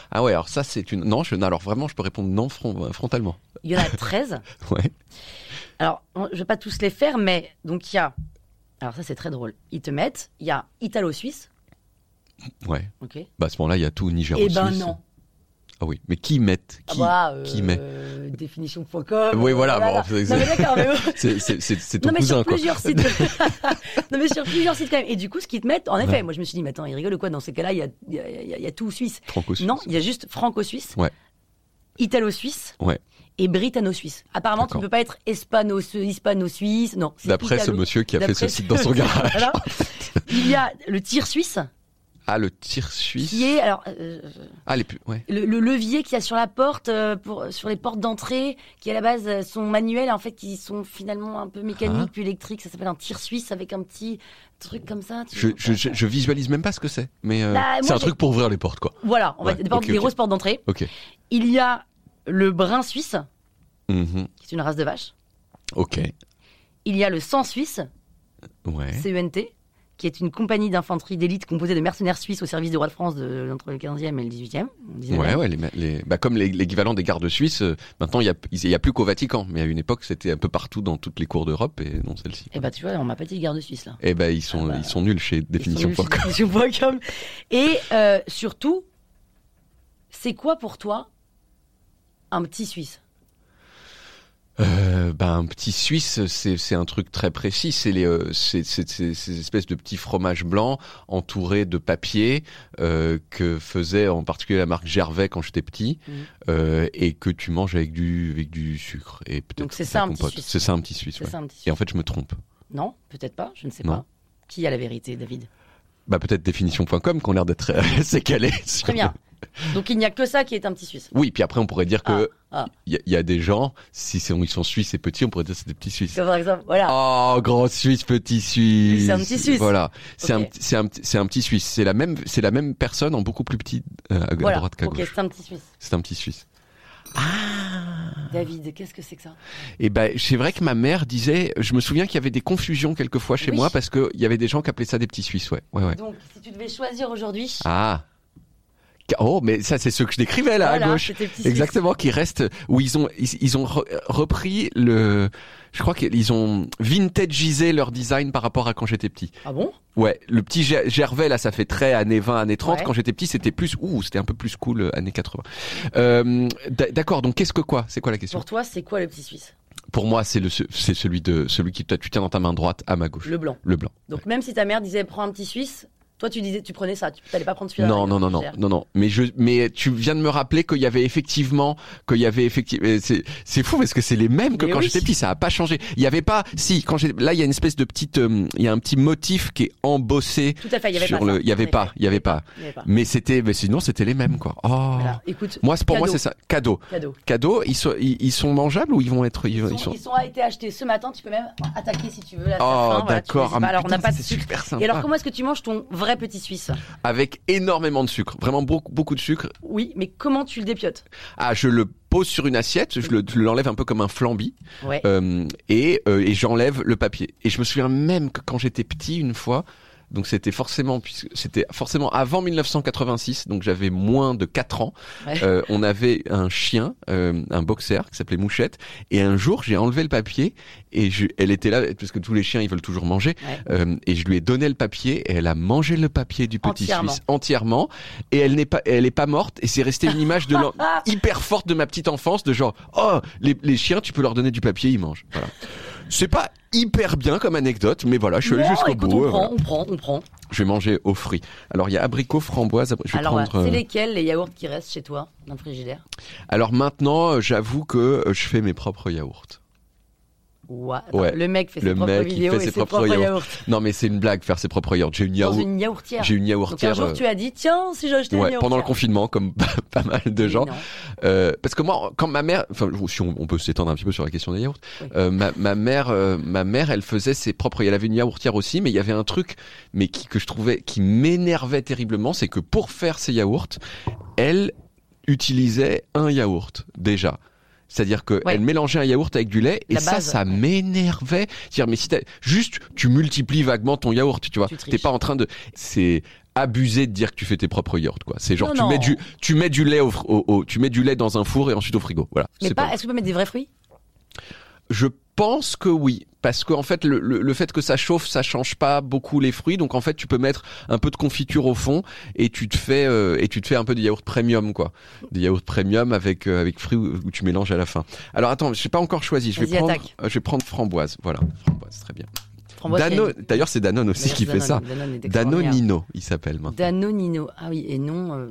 Ah ouais, alors ça c'est une non, je non, alors vraiment, je peux répondre non front- euh, frontalement.
Il y en a 13.
Ouais.
Alors, on- je vais pas tous les faire, mais donc il y a. Alors, ça, c'est très drôle. Ils te mettent. Il y a Italo-Suisse.
Ouais.
Ok.
Bah à ce moment-là, il y a tout Niger
Eh
au
ben
Suisse.
non.
Ah oui, mais qui met qui,
Ah bah, euh,
qui met
Définition.com.
Oui, voilà, bon,
Non,
c'est-
mais d'accord, mais bon.
C'est c'est- c'est- c'est ton
Non mais,
cousin
sur
quoi.
plusieurs sites. non mais sur plusieurs sites quand même. Et du coup, ce qu'ils te mettent, en effet, moi je me suis dit, mais attends, ils rigolent ou quoi Dans ces cas-là, il y a, il y a- il y a- il y a tout suisse.
Franco-suisse.
Non, il y a juste franco-suisse,
Ouais.
italo-suisse
Ouais.
et britanno-suisse. Apparemment, tu ne
D'accord.
peux pas être hispano- hispano-suisse. Non. c'est
D'après ce
italo-
monsieur qui a fait
d'après
ce site dans son
monsieur.
garage.
Voilà. Il y a le tir suisse
Ah le tir suisse.
qui est alors euh,
Ah les pu- ouais.
le, le levier qu'il y a sur la porte euh, pour sur les portes d'entrée qui à la base euh, sont manuels en fait qui sont finalement un peu mécaniques
Ah.
puis électriques ça s'appelle un tir suisse avec un petit truc comme ça tu
Je,
vois.
je, je- je visualise même pas ce que c'est, mais euh,
Bah, moi,
c'est un
j'ai-
truc pour ouvrir les portes quoi.
voilà on va
Ouais,
des, portes-
ok,
des
ok.
grosses portes d'entrée
Ok.
il y a le brun suisse
Mhm.
qui est une race de vache
Ok.
il y a le sang suisse
Ouais.
CENT qui est une compagnie d'infanterie d'élite composée de mercenaires suisses au service du roi de France de, entre le 15e et le 18e. 19e.
Ouais, ouais, les, les- bah, comme les- l'équivalent des gardes suisses, euh, maintenant il n'y a, il y a plus qu'au Vatican, mais à une époque c'était un peu partout dans toutes les cours d'Europe et non celle-ci.
Et bah tu vois, on m'a pas dit le garde suisse là.
Eh ben ils sont,
Ah bah,
ils sont nuls chez Définition.
Sur-
Fort.
sur Définition.com. Et euh, surtout, c'est quoi pour toi un petit Suisse
Euh, bah, un petit Suisse, c'est c'est un truc très précis. C'est les, euh, c'est- c'est- c'est- ces espèces de petits fromages blancs entourés de papier euh, que faisait en particulier la marque Gervais quand j'étais petit
Mhm.
euh, et que tu manges avec du, avec du sucre et peut-être
Donc c'est
de la
ça, un petit
compote.
Suisse.
C'est ça un petit Suisse.
C'est
ouais.
ça un petit
Et
Suisse
en fait, je me trompe.
Non, peut-être pas, je ne sais
Non.
pas. Qui a la vérité, David
Bah peut-être définition.com qui ont l'air d'être euh, assez calés. sur-
Très bien. Donc il n'y a que ça qui est un petit Suisse.
Oui, puis après on pourrait dire que
Ah, ah.
il y, a- il y a des gens, si c'est- ils sont suisses et petits, on pourrait dire que c'est des petits suisses.
Comme par exemple, voilà.
Oh, grand Suisse, petit Suisse.
C'est un petit Suisse.
Voilà, c'est
Ok.
un, petit- c'est un, petit- c'est un petit Suisse. C'est la même, c'est la même personne en beaucoup plus petit euh, à, à
voilà.
droite qu'à
ok,
gauche.
c'est un petit Suisse.
C'est un petit Suisse.
David, qu'est-ce que c'est que ça
Et ben, c'est vrai que ma mère disait, je me souviens qu'il y avait des confusions quelquefois chez
Oui.
moi parce que il y avait des gens qui appelaient ça des petits Suisses. Ouais, ouais, ouais.
Donc si tu devais choisir aujourd'hui,
Ah. Ca- Oh, mais ça, c'est ce que je décrivais là à
voilà,
gauche.
c'était petit Suisse.
Exactement, qui reste où ils ont ils, ils ont re- repris le, je crois qu'ils ont vintageisé leur design par rapport à quand j'étais petit.
Ah bon
Ouais, le petit Ger- Gervais là, ça fait très années 20, années 30.
Ouais.
Quand j'étais petit, c'était plus ouh, c'était un peu plus cool euh, années 80. Euh, d'a- D'accord, donc qu'est-ce que quoi C'est quoi la question
Pour toi, c'est quoi le petit Suisse
Pour moi, c'est le ce- c'est celui de celui qui toi tu tiens dans ta main droite à ma gauche, le,
Le blanc.
blanc.
Donc même si ta mère disait prends un petit Suisse, toi tu disais tu prenais ça, tu n'allais pas prendre celui-là.
Non, non, non, non, non, non. Mais je, mais tu viens de me rappeler qu'il y avait effectivement, qu'il y avait effectivement. C'est, c'est fou parce que c'est les mêmes que
Mais
quand
oui.
j'étais petit. Ça a pas changé. Il y avait pas. Si, quand j'ai, là, il y a une espèce de petite, euh, il y a un petit motif qui est embossé
Tout à fait, Ah, il y avait
sur
pas
le.
ça.
Il y avait
En
pas.
effet.
Il y avait pas.
Il y avait pas.
Mais c'était, mais sinon c'était les mêmes quoi. Oh.
Voilà. Écoute,
Moi, c'est- pour moi,
Cadeau.
c'est ça. Cadeau.
cadeau.
Cadeau. Ils sont, ils, ils sont mangeables ou ils vont être, ils,
Ils,
ils
sont,
sont.
ils sont a été achetés ce matin. Tu peux même attaquer si tu veux. La
Oh,
fin, voilà, tu choisis
d'accord. Ah,
pas.
mais
alors on n'a
putain,
pas de
c'est
sucre.
super sympa.
Et alors comment est-ce que tu manges ton vrai petit Suisse
Avec énormément de sucre, vraiment beaucoup, beaucoup de sucre.
Oui, mais comment tu le dépiotes
Ah, je le pose sur une assiette, je le- je l'enlève un peu comme un flambi.
Ouais.
Euh, et, euh, et j'enlève le papier. Et je me souviens même que quand j'étais petit une fois, donc c'était forcément puisque c'était forcément avant 1986, donc j'avais moins de 4 ans.
Ouais.
euh, on avait un chien, euh, un boxer qui s'appelait Mouchette, et un jour j'ai enlevé le papier et je- elle était là parce que tous les chiens ils veulent toujours manger,
Ouais.
euh, et je lui ai donné le papier et elle a mangé le papier du petit
Entièrement.
Suisse entièrement et elle n'est pas elle est pas morte et c'est resté une image de l'en- hyper forte de ma petite enfance de genre oh les, les chiens tu peux leur donner du papier ils mangent voilà c'est pas hyper bien comme anecdote mais voilà je suis allé
Non,
jusqu'au
écoute,
bout
on,
euh,
prend,
voilà.
on prend, on prend.
je vais manger aux fruits alors il y a abricot framboise abri- je vais
Alors
prendre
voilà,
euh,
c'est lesquels les yaourts qui restent chez toi dans le frigidaire
alors maintenant euh, j'avoue que euh, je fais mes propres yaourts
Ouah. Attends,
Ouais.
Le mec fait
Le
ses propres
mec, il
vidéos
fait
et
ses
ses
propres
propres
yaourts.
yaourts.
Non, mais c'est une blague, faire ses propres yaourts. J'ai une,
Dans
yaourt-
une yaourtière.
j'ai une
Donc un
yaourtière.
jour,
euh,
tu as dit, tiens, si j'achetais une
ouais,
yaourtière.
pendant le confinement, comme pas mal de gens. Euh, parce que moi, quand ma mère, enfin, si on, on peut s'étendre un petit peu sur la question des yaourts,
Oui.
euh, ma, ma mère, euh, ma mère, elle faisait ses propres. Elle avait une yaourtière aussi, mais il y avait un truc, mais qui, que je trouvais qui m'énervait terriblement, c'est que pour faire ses yaourts, elle utilisait un yaourt déjà. C'est-à-dire que
Ouais.
elle mélangeait un yaourt avec du lait et
La
ça,
base,
ça m'énervait. C'est-à-dire, mais si t'as- juste, tu multiplies vaguement ton yaourt, tu vois.
Tu triches.
T'es pas en train de, c'est abusé de dire que tu fais tes propres yaourts, quoi. C'est genre,
Non,
tu
non.
mets du, tu mets du lait au, fr- au- au- tu mets du lait dans un four et ensuite au frigo. Voilà.
Mais
C'est
pas,
pas-
est-ce qu'on peut mettre des vrais fruits
Je pense que oui. Parce qu'en fait, le, le- le fait que ça chauffe, ça change pas beaucoup les fruits. Donc en fait, tu peux mettre un peu de confiture au fond et tu te fais, euh, et tu te fais un peu des yaourts premium, quoi. Des yaourts premium avec, euh, avec fruits où, où tu mélanges à la fin. Alors attends, j'ai pas encore choisi. Je vais
Vas-y,
prendre,
attaque.
euh, je vais prendre framboise. Voilà. Framboise, très bien.
Framboise,
Danone-
c'est-
D'ailleurs, c'est Danone aussi
D'ailleurs,
qui fait ça.
Danone- Danone est extraordinaire.
Danonino, il s'appelle maintenant.
Danonino. Ah oui, et non. euh,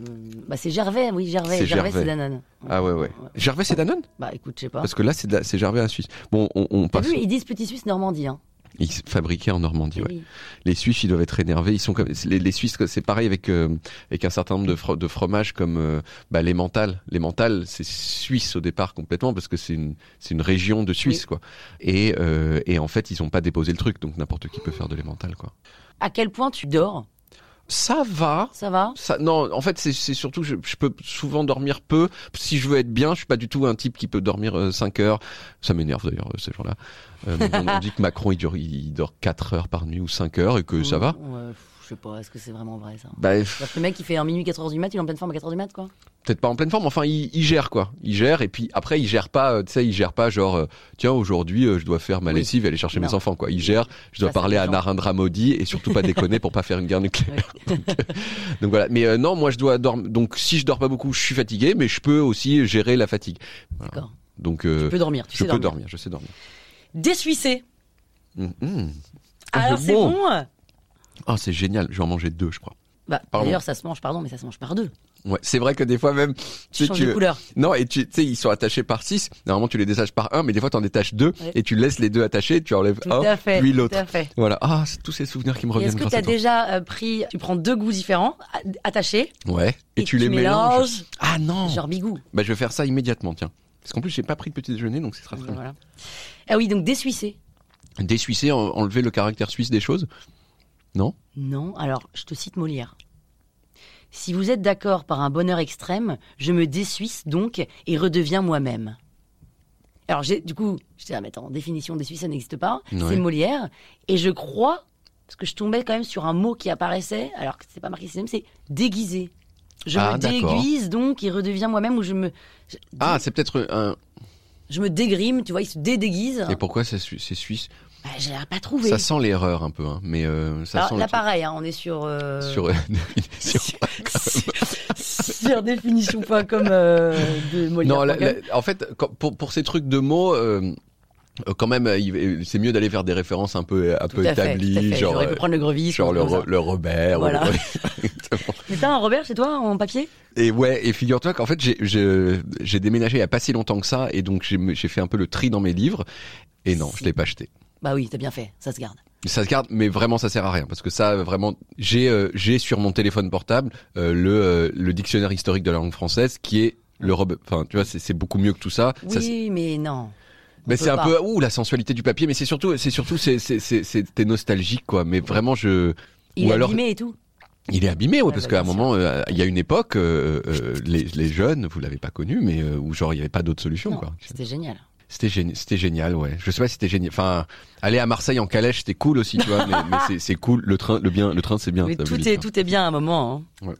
bah c'est Gervais, oui, Gervais.
C'est
Gervais,
Gervais.
c'est Danone.
Ah ouais, ouais. Gervais, c'est Danone?
Bah écoute, je sais pas.
Parce que là, c'est da- c'est Gervais à Suisse. Bon, on, on
T'as
passe.
vu, ils disent petit suisse Normandie. Hein.
Ils sont fabriqués en Normandie. Ouais.
Oui.
Les Suisses, ils doivent être énervés. Ils sont comme les, les Suisses, c'est pareil avec euh, avec un certain nombre de, fro- de fromages comme euh, bah, les mentales. Les mentales, c'est suisse au départ complètement parce que c'est une c'est une région de Suisse quoi. Et euh, et en fait, ils ont pas déposé le truc, donc n'importe qui peut faire de l'émental quoi.
À quel point tu dors
Ça va.
Ça va
Ça, non, en fait, c'est c'est surtout que je, je peux souvent dormir peu. Si je veux être bien, je suis pas du tout un type qui peut dormir 5 heures. Ça m'énerve d'ailleurs, euh, ces gens-là. Euh, mais bon, on dit que Macron, il, dure- il dort 4 heures par nuit ou 5 heures et que ça va.
Ouais, pff, Je sais pas, est-ce que c'est vraiment vrai Mmh. ça
Bah,
Parce que le mec, il fait en minuit 4h du mat, il est en pleine forme à 4h du mat, quoi.
peut-être pas en pleine forme, enfin, il, il gère quoi. Il gère et puis après, il gère pas, euh, tu sais, il gère pas genre, euh, tiens, aujourd'hui, euh, je dois faire ma
Oui.
lessive et aller chercher mes
Non.
enfants quoi. Il gère, je dois
Ça, c'est
parler à
méchant.
Narendra Modi et surtout pas déconner pour pas faire une guerre nucléaire. Donc voilà. Mais euh, non, moi je dois dormir. Donc si je dors pas beaucoup, je suis fatigué, mais je peux aussi gérer la fatigue. Voilà.
D'accord.
Donc euh,
Tu peux dormir, tu
je
sais
peux
dormir.
dormir, je sais dormir.
Dessuissé.
Mm, mm. Ah,
Alors
c'est
c'est
bon.
bon,
Ah, c'est génial. Je vais en manger deux, je crois.
Bah,
Pardon.
D'ailleurs, ça se mange, pardon, mais ça se mange par deux.
Ouais, c'est vrai que des fois même,
Tu
sais,
changes de couleur.
non et tu tu sais ils sont attachés par six. Normalement tu les détaches par un, mais des fois t'en détaches deux
Ouais.
et tu laisses les deux attachés, tu enlèves
Tout
un
à fait.
Ah, puis
tout
l'autre.
à fait.
Voilà. Ah, c'est tous ces souvenirs qui me
Et
reviennent
est-ce que
grâce
tu as
à toi.
déjà euh, pris. Tu prends deux goûts différents, a- attachés,
Ouais. Et,
et
tu
tu
les mélanges.
mélanges. Oh.
Ah non.
genre bigou.
Bah je vais faire ça immédiatement, tiens. Parce qu'en plus j'ai pas pris de petit déjeuner, donc ce sera très bien.
Voilà. Ah oui, donc dessuissé.
Dessuisser, en- enlever le caractère suisse des choses. Non.
Non, alors je te cite Molière. Si vous êtes d'accord par un bonheur extrême, je me dessuisse donc et redeviens moi-même. Alors j'ai du coup, je dis ah mais attends, définition dessuisse ça n'existe pas,
Ouais.
c'est Molière et je crois parce que je tombais quand même sur un mot qui apparaissait alors que c'est pas marqué synonyme, c'est déguisé. Je
Ah,
me
d'accord.
déguise donc et redeviens moi-même ou je me je,
Ah, c'est peut-être un.
je me dégrime, tu vois, il se dédéguise.
Et pourquoi c'est su- c'est suisse
Bah, je l'ai pas trouvé.
Ça sent l'erreur un peu, hein, mais euh, ça
Alors,
sent
là
le truc
pareil, hein, on est sur euh,
sur sur-
sur définition.com euh, de Molière.
Non, la- la- en fait, quand- pour, pour ces trucs de mots, euh, euh, quand même, euh, il- c'est mieux d'aller vers des références un peu, un
Tout
peu
à fait,
établies,
tout à fait.
genre,
J'aurais pu
euh,
prendre le grevis.
genre le,
comme ça.
Ro- le Robert. ou
Voilà.
le- Exactement.
Mais t'as un Robert chez toi en papier
Et ouais, et figure-toi qu'en fait, j'ai- je- j'ai déménagé il n'y a pas si longtemps que ça, et donc j'ai j'ai fait un peu le tri dans mes livres, et non, je ne l'ai pas acheté.
Bah oui, t'as bien fait, ça se garde.
Ça se garde, mais vraiment, ça sert à rien parce que ça, vraiment, j'ai euh, j'ai sur mon téléphone portable euh, le euh, le dictionnaire historique de la langue française qui est le Robert. Enfin, tu vois, c'est c'est beaucoup mieux que tout ça. Ça, c'est-
Oui, mais non.
mais
peut
c'est un
pas.
peu ouh la sensualité du papier, mais c'est surtout c'est surtout c'est c'est c'est- c'est- t'es nostalgique quoi. Mais vraiment, je
Il
ou
est
alors
abîmé et tout.
il est abîmé, ouais,
Ouais,
parce
bah,
qu'à un
bien
moment, euh, il y a une époque, euh, euh, les les jeunes, vous l'avez pas connu, mais euh, où genre il y avait pas d'autre solution
Non,
quoi.
C'était génial.
C'était génial, c'était génial, ouais. Je sais pas si c'était génial. Enfin, aller à Marseille en calèche, c'était cool aussi, tu vois. mais mais c'est- c'est cool, le train, le bien, le train, c'est bien.
Mais
ça
tout
veut dire.
est, tout est bien à un moment. hein.
Ouais.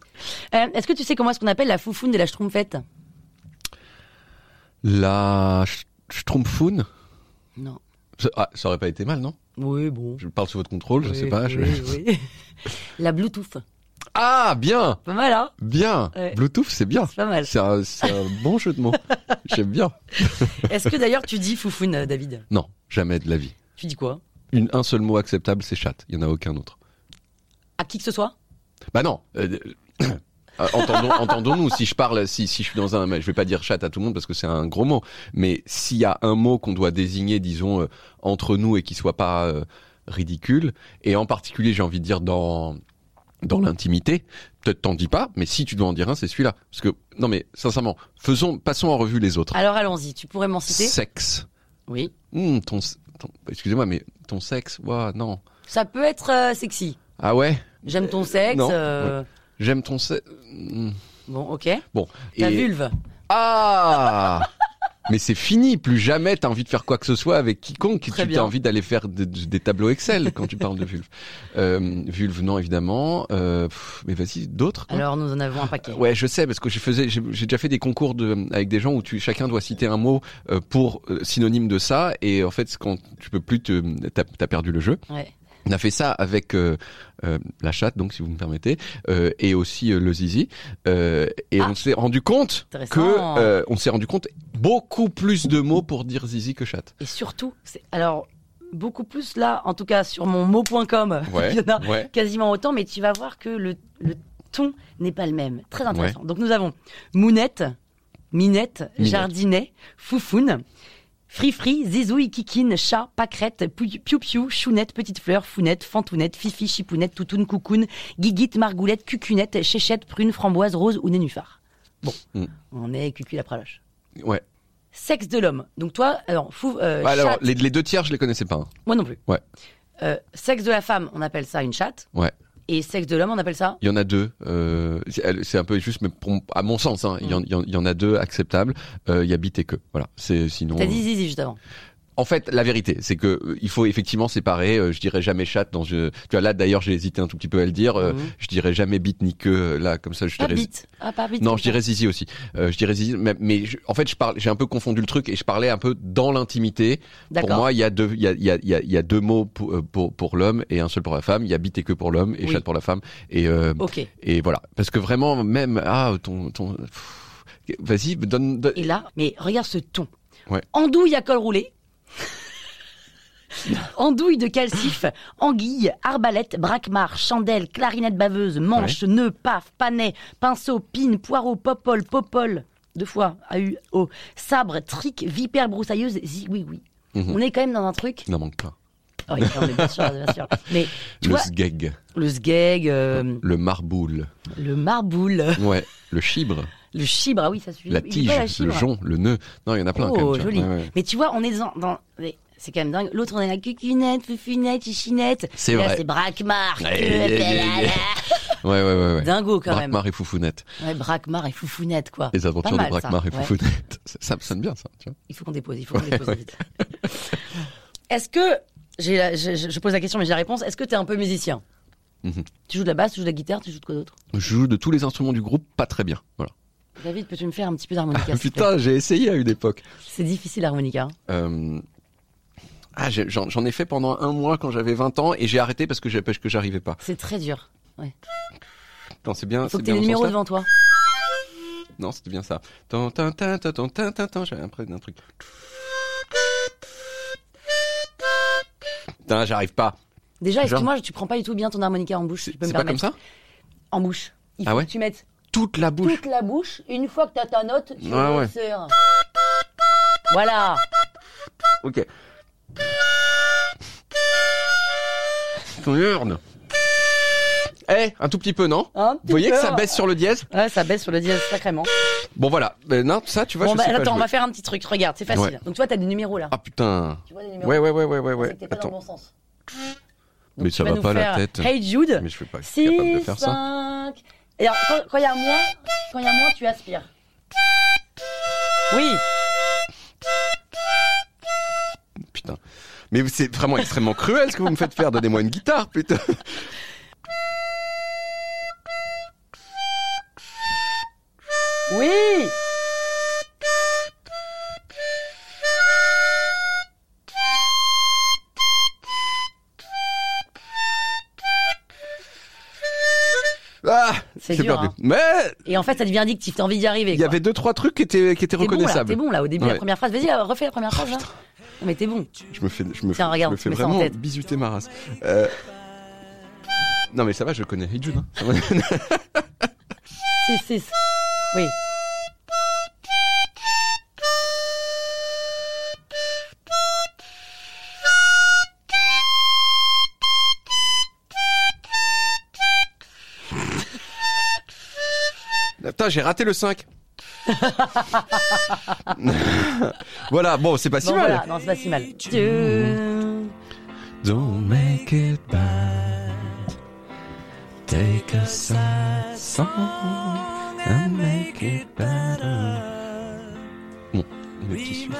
Euh, Est-ce que tu sais comment est-ce qu'on appelle la foufoune de la schtroumpfette
La sch- Schtroumpfoun,
Non.
ça, ah, ça aurait pas été mal, non
Oui, bon.
Je parle sous votre contrôle, je
Oui,
sais pas. je-
oui, oui. la Bluetooth.
Ah, bien,
Pas mal, hein
bien.
Ouais.
Bluetooth, c'est bien.
C'est pas mal.
C'est un, c'est un bon jeu de mots. J'aime bien.
Est-ce que d'ailleurs tu dis foufoune, euh, David
Non, jamais de la vie.
Tu dis quoi
Une, un seul mot acceptable, c'est chatte. Il y en a aucun autre.
À qui que ce soit
Bah non. euh, Euh, entendons- Entendons-nous, si je parle, si, si je suis dans un, mais je vais pas dire chat à tout le monde parce que c'est un gros mot, mais s'il y a un mot qu'on doit désigner, disons, euh, entre nous et qui soit pas euh, ridicule, et en particulier, j'ai envie de dire dans, dans l'intimité, peut-être t'en dis pas, mais si tu dois en dire un, c'est celui-là. Parce que, non mais, sincèrement, faisons, passons en revue les autres.
Alors allons-y, tu pourrais m'en citer
Sexe.
Oui.
Hum, ton, ton- excusez-moi, mais ton sexe, ouah, non.
Ça peut être euh, sexy.
Ah ouais?
J'aime ton sexe.
non.
euh,
J'aime ton sexe. Hum.
Bon, ok.
Bon.
Ta
Et-
vulve.
Ah Mais c'est fini, plus jamais t'as envie de faire quoi que ce soit avec quiconque.
Très
tu
bien.
as envie d'aller faire de- de- des tableaux Excel quand tu parles de vulve. Euh, vulve, non, évidemment. Euh, pff, mais vas-y, d'autres quoi
Alors nous en avons un paquet.
Ouais, je sais parce que je faisais, j'ai j'ai déjà fait des concours de, avec des gens où tu chacun doit citer un mot euh, pour euh, synonyme de ça et en fait c'est quand tu peux plus te t'as t'as perdu le jeu.
Ouais.
On a fait ça avec euh, euh, la chatte, donc si vous me permettez, euh, et aussi euh, le zizi. Euh, et
Ah.
on s'est rendu compte
Intéressant.
que euh, on s'est rendu compte beaucoup plus de mots pour dire zizi que chatte.
Et surtout, c'est alors beaucoup plus là, en tout cas sur mon mot.com, il y en a
ouais.
quasiment autant, mais tu vas voir que le, le ton n'est pas le même. Très intéressant. Donc nous avons mounette, minette,
Minette.
jardinet, foufoune, frifri, zizouille, kikine, chat, pâquerette, piou-piou, chounette, petite fleur, founette, fantounette, fifi, chipounette, toutoune, coucoune, guiguite, margoulette, cucunette, chéchette, prune, framboise, rose ou nénuphar. Bon,
Mm.
on est cucu la praloche.
Ouais.
Sexe de l'homme. Donc toi, alors, fou, euh,
Bah, Alors
chatte-
les, les deux tiers, je les connaissais pas. hein.
moi non plus.
Ouais.
Euh, sexe de la femme, on appelle ça une chatte.
Ouais.
Et sexe de l'homme, on appelle ça
Il y en a deux. Euh, c'est elle- c'est un peu juste, mais pour- à mon sens, hein, il
Mm.
y en- il y, en- il y en a deux acceptables. Euh, Il y a bite et que. Voilà. C'est sinon.
T'as dit zizi juste avant.
En fait, la vérité, c'est que euh, il faut effectivement séparer. euh, je dirais jamais chatte dans. une- Tu vois là, d'ailleurs, j'ai hésité un tout petit peu à le dire. euh,
Mhm.
Je dirais jamais bite ni que euh, là, comme ça. Je
Pas
dirais.
bite. Ah, pas bite.
Non, je dirais zizi aussi. Euh, je dirais zizi, mais, mais je- en fait, je parle, j'ai un peu confondu le truc et je parlais un peu dans l'intimité. Pour
D'accord.
moi, il y a deux, il y a, il y a- il y a- il y a deux mots pour, euh, pour, pour l'homme et un seul pour la femme. Il y a bite et que pour l'homme et
Oui. Oh.
chatte pour la femme. Et, euh,
Ok.
et voilà. Parce que vraiment, même ah ton ton, pff, vas-y, donne. donne-
Et là, mais regarde ce ton.
Ouais.
Andouille à col roulé. Andouille de calcif, anguille, arbalète, braquemar, chandelle, clarinette baveuse, manche, nœud, paf, panet, pinceau, pine, poireau, popole, popole, deux fois, A-U-O, sabre, trique, vipère broussailleuse, zi, oui, oui.
Mhm.
On est quand même dans un truc.
Il en manque plein.
Ah oui, on est bien sûr, bien sûr. Mais tu
Le
vois,
sgeg,
le sgeg, euh,
le marboule,
le marboule,
ouais, le chibre,
le chibre, ah oui, ça suffit.
la
Il est
tige,
pas
le
chibre.
jonc, le nœud. Non, il y en a plein.
Oh,
quand même, tu vois.
joli.
Ouais, ouais.
Mais tu vois, on est dans. dans- mais C'est quand même dingue. L'autre, on est la cucunette, fufunette, chichinette.
C'est
Et Là,
vrai.
c'est braquemar.
Ouais, ouais, ouais, Ouais, ouais, ouais, ouais.
Dingo, quand même.
Braquemar et Foufounette.
Ouais, braquemar et foufounette, quoi.
Les aventures
Pas mal,
de Braquemar
ça.
et
Ouais.
Foufounette. Ça, ça me sonne bien, ça. Tu vois.
Il faut qu'on dépose, il faut qu'on dépose vite. Est-ce que. j'ai la- je, je- je pose la question, mais j'ai la réponse. Est-ce que t'es un peu musicien
Mhm.
Tu joues de la basse, tu joues de la guitare, tu joues de quoi d'autre
Je joue de tous les instruments du groupe, pas très bien. Voilà.
David, peux-tu me faire un petit peu d'harmonica s'il te plaît
Ah, Putain, j'ai essayé à une époque.
C'est difficile, l'harmonica. hein.
Euh, Ah, j'ai- j'en j'en ai fait pendant un mois quand j'avais 20 ans et j'ai arrêté parce que j'ai- parce que j'arrivais pas.
C'est très dur. Ouais.
Non, c'est bien.
Il faut
Ah, c'est
que t'aies les
bien dans ce
numéros
sens-là.
devant toi.
Non, c'était bien ça. Tan, tan, tan, tan, tan, tan, tan, tan, J'avais un près d'un truc. Putain, j'arrive pas.
Déjà, excuse-moi, tu prends pas du tout bien ton harmonica en bouche. si
C'est
tu peux me
c'est pas comme
permettre.
ça
En bouche. Il
Ah
faut
ouais
que tu mettes
Toute la bouche.
toute la bouche. Une fois que t'as ta note, tu
Ah ouais.
le serres. Voilà.
Ok. Ton urne. Eh, un tout petit peu, non
Un petit
Vous voyez
peu.
que ça baisse sur le dièse
Ouais, ça baisse sur le dièse sacrément.
Bon, voilà. Mais non, ça, tu vois,
bon,
je
bah,
sais pas
attends, on
jouer.
va faire un petit truc. Regarde, c'est facile.
Ouais.
Donc, tu vois, t'as des numéros là.
Ah putain.
Tu vois les numéros
Ouais, ouais, ouais, ouais,
C'est
ouais. ouais.
que t'es pas dans
Attends.
le bon sens.
Mais
Donc,
ça
tu vas
va
nous
pas, la
faire
tête.
Hey Jude.
Mais je suis pas capable de
6,
faire ça.
5. Et alors, quand- quand il y a moins, quand il y a moins, tu aspires. Oui.
Putain. Mais c'est vraiment extrêmement cruel ce que vous me faites faire. Donnez-moi une guitare, putain.
Oui
Ah,
C'est
j'ai
dur,
perdu.
hein.
Mais
Et en fait, ça devient addictif, t'as envie d'y arriver.
il y
quoi.
avait deux, trois trucs qui étaient, qui étaient
T'es bon là,
reconnaissables.
t'es bon là, au début, la
Ouais. Oh,
première phrase. Vas-y, euh, refais la première phrase là. Non, mais t'es bon.
Je me fais, je me,
Tiens,
fais-
regarde,
je me fais
mets ça en
vraiment
tête.
bisuter ma race. Euh, Non mais ça va, je connais. Hey Jude, hein. Ça va.
C'est, c'est, c'est- Oui.
Putain, j'ai raté le 5. voilà, bon, c'est pas si
Bon,
mal.
voilà. Non, c'est pas si mal. Dieu.
Don't make it bad. Take a sad song and make it better. Bon, le petit suisse.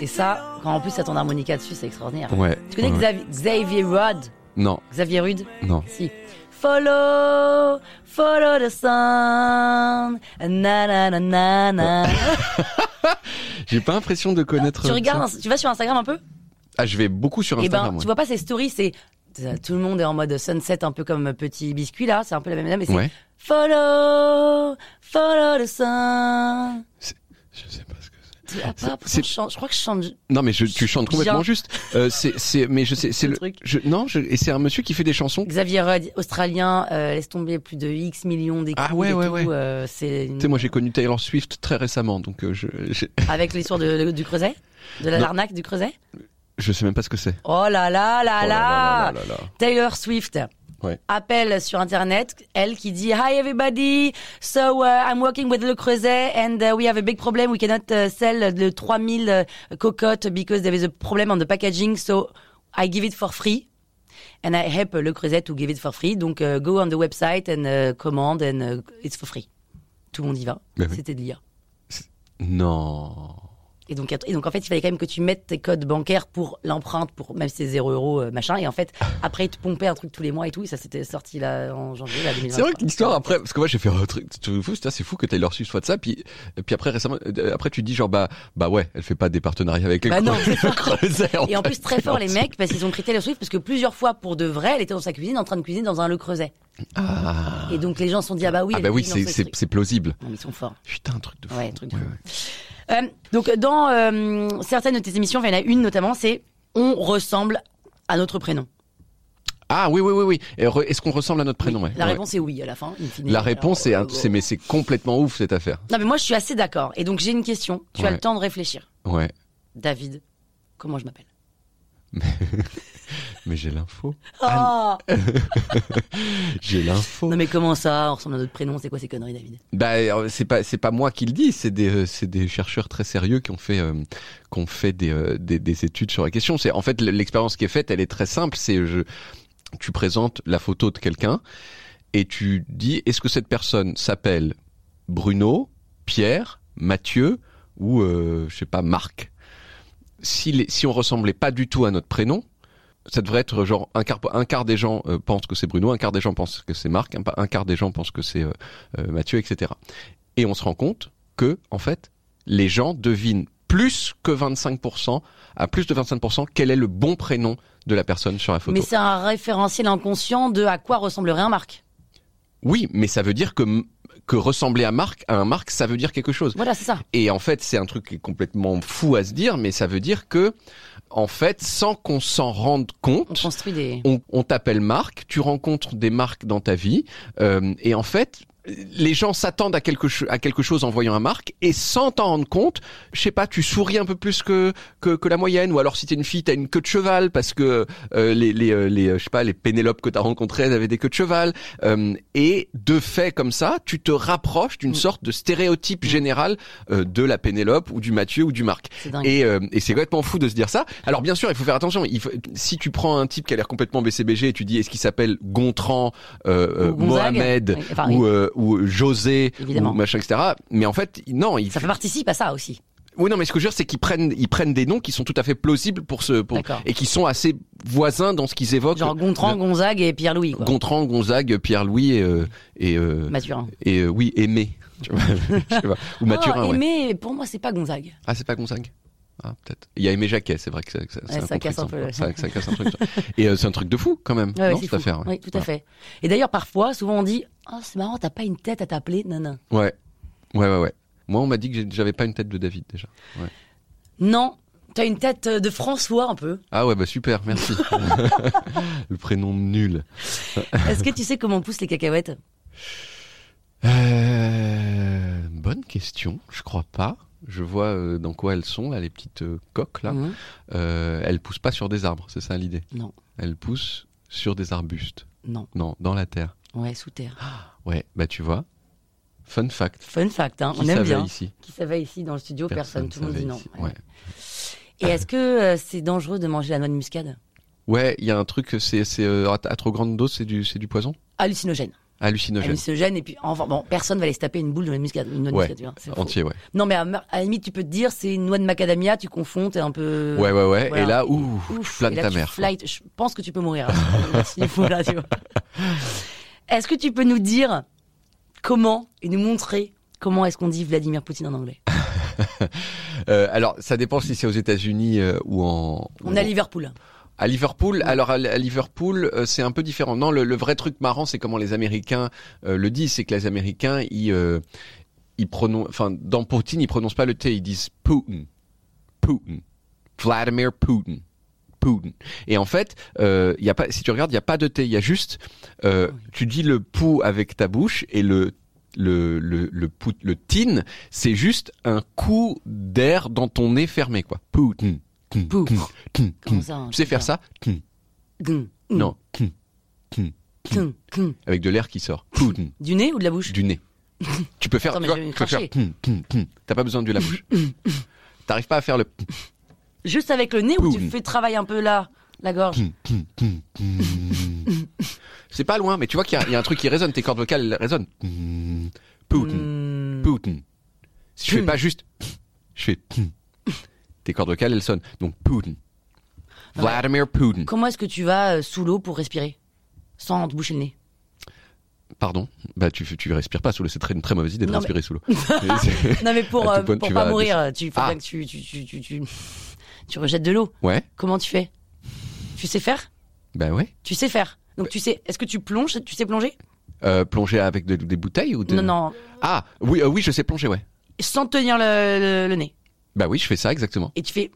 Et ça, quand en plus t'as ton harmonica dessus, c'est extraordinaire.
Ouais.
Tu connais
ouais, ouais.
Xavi- Xavier Rudd
Non,
Xavier Rudd
non.
Si. Follow, follow the sun, na na na na na.
J'ai pas l'impression de connaître.
tu regardes,
ça.
ins- tu vas sur Instagram un peu
Ah, je vais beaucoup sur
Et
Instagram.
ben,
ouais.
tu vois pas ces stories, c'est euh, tout le monde est en mode sunset, un peu comme euh, petit biscuit là, c'est un peu la même chose, mais c'est
Ouais.
follow, follow the sun.
Je sais pas ce que c'est.
Tu- ah, pas- pourtant,
c'est-
je, chante- je crois que je chante.
Non, mais je- tu chantes complètement
Bien.
juste. Euh, c'est, c'est, mais je sais, c'est
Le
le.
truc.
je- non, je- et c'est un monsieur qui fait des chansons.
Xavier Rudd, australien, euh, laisse tomber plus de X millions d'écoutes.
Ah ouais,
et
ouais,
tout,
ouais.
euh, c'est une-
Tu sais, moi, j'ai connu Taylor Swift très récemment, donc euh, je, je,
avec l'histoire de- de- du creuset, de la
Non.
l'arnaque du creuset.
je sais même pas ce que c'est.
Oh là là là là,
Oh là là là là là.
Taylor Swift
Ouais.
appelle sur internet elle qui dit hi everybody so uh, I'm working with Le Creuset and uh, we have a big problem we cannot uh, sell the 3000 uh, cocottes because there is a problem on the packaging so I give it for free and I help Le Creuset to give it for free donc uh, go on the website and uh, command and uh, it's for free tout le monde y va
Bah oui.
c'était de l'IA
Non.
et donc, et donc en fait, il fallait quand même que tu mettes tes codes bancaires pour l'empreinte, pour même si c'est 0 euros, euh, machin. Et en fait, après, ils te pompaient un truc tous les mois et tout. Et ça, c'était sorti là en janvier, là, 2023.
C'est vrai que l'histoire après, parce que moi j'ai fait un truc, tu te fous, putain, c'est fou que Taylor Swift soit de ça, puis, puis après récemment, euh, après tu dis genre bah, bah ouais, elle fait pas des partenariats avec les
Bah non, c'est ça.
creuset.
Et en plus, très fort, les mecs, parce qu'ils ont critère le Swift, parce que plusieurs fois, pour de vrai, elle était dans sa cuisine en train de cuisiner dans un Le Creuset.
Ah,
Et donc, les gens se sont dit, ah bah oui,
Ah
elle
bah oui,
cuisine
c'est,
dans ce
c'est,
truc.
c'est plausible.
Non, mais ils sont forts.
Putain, un truc de fou.
Ouais, truc de
Ouais,
fou.
ouais.
Euh, donc, dans euh, certaines de tes émissions, il y en a une notamment, c'est On ressemble à notre prénom.
Ah oui, oui, oui, oui. Et re- Est-ce qu'on ressemble à notre prénom ouais.
La
Ouais.
réponse est oui à la fin. in fine.
La réponse est,
Alors,
un-
euh,
c'est, mais c'est complètement ouf cette affaire.
Non, mais moi, je suis assez d'accord. Et donc, j'ai une question. Tu as
Ouais.
le temps de réfléchir.
Ouais,
David, comment je m'appelle
mais j'ai l'info.
Ah
J'ai l'info.
Non, mais comment ça On ressemble à notre prénom. C'est quoi ces conneries, David
Bah, euh, c'est pas c'est pas moi qui le dis, c'est des euh, c'est des chercheurs très sérieux qui ont fait euh, qui ont fait des, euh, des des études sur la question. C'est en fait l- l'expérience qui est faite, elle est très simple. C'est je tu présentes la photo de quelqu'un et tu dis est-ce que cette personne s'appelle Bruno, Pierre, Mathieu ou euh, je sais pas Marc. Si les, si on ressemblait pas du tout à notre prénom, ça devrait être genre un quart un quart des gens euh, pensent que c'est Bruno, un quart des gens pensent que c'est Marc, un, pa- un quart des gens pensent que c'est euh, euh, Mathieu, etc. Et on se rend compte que, en fait, les gens devinent plus que 25%, à plus de 25%, quel est le bon prénom de la personne sur la photo.
Mais c'est un référentiel inconscient de à quoi ressemblerait un Marc.
oui, mais ça veut dire que, m- que ressembler à Marc, à un Marc, ça veut dire quelque chose.
Voilà, c'est ça.
Et en fait, c'est un truc qui est complètement fou à se dire, mais ça veut dire que, en fait, sans qu'on s'en rende
On
compte,
construit des.
on, on t'appelle Marc, tu rencontres des marques dans ta vie, euh, et en fait, les gens s'attendent à quelque, cho- à quelque chose en voyant un Marc, et sans t'en rendre compte, je sais pas, tu souris un peu plus que, que, que la moyenne, ou alors si t'es une fille, t'as une queue de cheval, parce que euh, les, les, euh, les, euh, je sais pas, les Pénélopes que t'as rencontrées, elles avaient des queues de cheval, euh, et de fait comme ça, tu te rapproches d'une sorte de stéréotype général euh, de la Pénélope, ou du Mathieu, ou du Marc.
C'est dingue.
Et, euh, et c'est complètement fou de se dire ça. Alors bien sûr, il faut faire attention. Il faut- si tu prends un type qui a l'air complètement BCBG et tu dis est-ce qu'il s'appelle Gontran, euh, euh,
Ou Gonzague.
Mohamed
Enfin,
ou,
oui.
euh, ou José
Évidemment.
ou machin etc. Mais en fait non, il...
Ça fait- participe à ça aussi.
oui non mais ce que je veux dire c'est qu'ils prennent ils prennent des noms qui sont tout à fait plausibles pour ce pour...
D'accord.
et qui sont assez voisins dans ce qu'ils évoquent.
Genre Gontran,
Le-
Gonzague et Pierre-Louis. quoi.
Gontran, Gonzague, Pierre Louis et euh, et, euh,
Mathurin.
et, euh, oui Aimé. Tu vois, je sais pas. ou Mathurin.
Oh,
ouais.
Mais pour moi, c'est pas Gonzague.
Ah, c'est pas Gonzague Ah, peut-être. Il y a Aimé Jacquet, c'est vrai que ça, que ça, c'est
ça
contexte,
casse un peu
hein.
le-
Ça, ça casse un truc. ça. Et euh, c'est un truc de fou, quand même.
Ouais,
non,
ouais, c'est
cette
fou.
affaire, ouais.
Oui, tout à fait. Et d'ailleurs, parfois, souvent on dit Ah, c'est marrant, t'as pas une tête à t'appeler, nanan.
Ouais. Ouais, ouais, ouais. Moi, on m'a dit que j'ai- j'avais pas une tête de David, déjà. Ouais.
Non, t'as une tête euh, de François un peu.
Ah ouais, bah super, merci. le prénom nul.
Est-ce que tu sais comment poussent les cacahuètes
Euh, bonne question, je crois pas. Je vois euh, dans quoi elles sont, là, les petites euh, coques, là.
Mhm.
Euh, elles poussent pas sur des arbres, c'est ça l'idée
Non.
Elles poussent sur des arbustes.
Non.
Non, dans la terre.
Ouais, sous terre.
Ouais, bah tu vois. Fun fact.
Fun fact, hein,
Qui
on aime
savait
bien.
ici
Qui savait ici dans le studio Personne. Tout le monde
savait
dit non.
ici.
Ouais.
Ouais.
Et est-ce que euh, c'est dangereux de manger la noix de muscade
Ouais, il y a un truc, c'est c'est, euh, à à trop grande dose, c'est du, c'est du poison
Hallucinogène.
Hallucinogène.
Hallucinogène. Et puis, enfin, bon, personne va aller se taper une boule de noix de muscade. Une noix de
ouais,
muscade, tu vois, c'est faux.
entier, ouais.
Non, mais à, ma- à la limite, tu peux te dire, c'est une noix de macadamia, tu confonds, t'es un peu.
ouais, ouais, ouais.
Euh, voilà.
Et là, ouh,
Ouf,
tu flattes
et là,
ta
tu
mère. quoi.
flight, je pense que tu peux mourir. hein. à ce niveau-là, tu vois. Est-ce que tu peux nous dire comment et nous montrer comment est-ce qu'on dit Vladimir Poutine en anglais
Euh, alors, ça dépend si c'est aux États-Unis euh, ou en.
On
ou
est à
en-
Liverpool.
À Liverpool, alors à, à Liverpool, euh, c'est un peu différent. Non, le, le vrai truc marrant, c'est comment les Américains euh, le disent, c'est que les Américains, ils, euh, ils prononcent, enfin, dans Poutine, ils prononcent pas le T, ils disent Putin, Putin, Vladimir Putin, Putin. Et en fait, euh, il y a pas, si tu regardes, il y a pas de T, il y a juste, euh, tu dis le pou avec ta bouche et le le le le, pout- le tin, c'est juste un coup d'air dans ton nez fermé, quoi. Putin. Tin,
Pou.
tin, tin,
Comment
tin.
ça, hein,
Hm. Tu sais faire
putain.
ça Tin.
Gun, gun,
Non, Poutine.
gun, gun.
avec de l'air qui sort. Poutine.
Du nez ou de la bouche
Du nez. tu peux faire.
Attends, mais
tu vois,
je vais me
tu peux faire
cracher.
Poutine, Poutine, Poutine. T'as pas besoin de la bouche. T'arrives pas à faire le. Poutine,
Juste avec le nez ou tu
Poum.
fais travailler un peu là la gorge
Poutine, Poutine, Poutine. C'est pas loin, mais tu vois qu'il y a- il y, a un truc qui résonne. Tes cordes vocales elles résonnent. Poutine. Poutine.
Hmm.
Poutine. Si je fais
Poutine.
pas juste. Je fais. Poutine. Tes cordes vocales elles sonnent. Donc Poutine. Vladimir Poutine.
Comment est-ce que tu vas euh, sous l'eau pour respirer sans te boucher le nez
Pardon. Bah tu tu respires pas sous l'eau. C'est très- une très mauvaise idée de
Non, mais-
respirer sous l'eau. C'est-
Non mais pour,
À tout
euh,
point,
pour
Ah, tu
pas
vas-
mourir, tu faut
Ah.
bien que tu tu tu tu, tu- tu rejettes de l'eau.
ouais.
Comment tu fais Tu sais faire
Bah ouais.
Tu sais faire. Donc tu sais, est-ce que tu plonges Tu sais plonger
Euh, plonger avec de- des bouteilles ou de...
Non, non,
Ah oui, euh, oui, je sais plonger, ouais.
sans tenir le, le- le nez.
Bah oui, je fais ça exactement.
Et tu fais.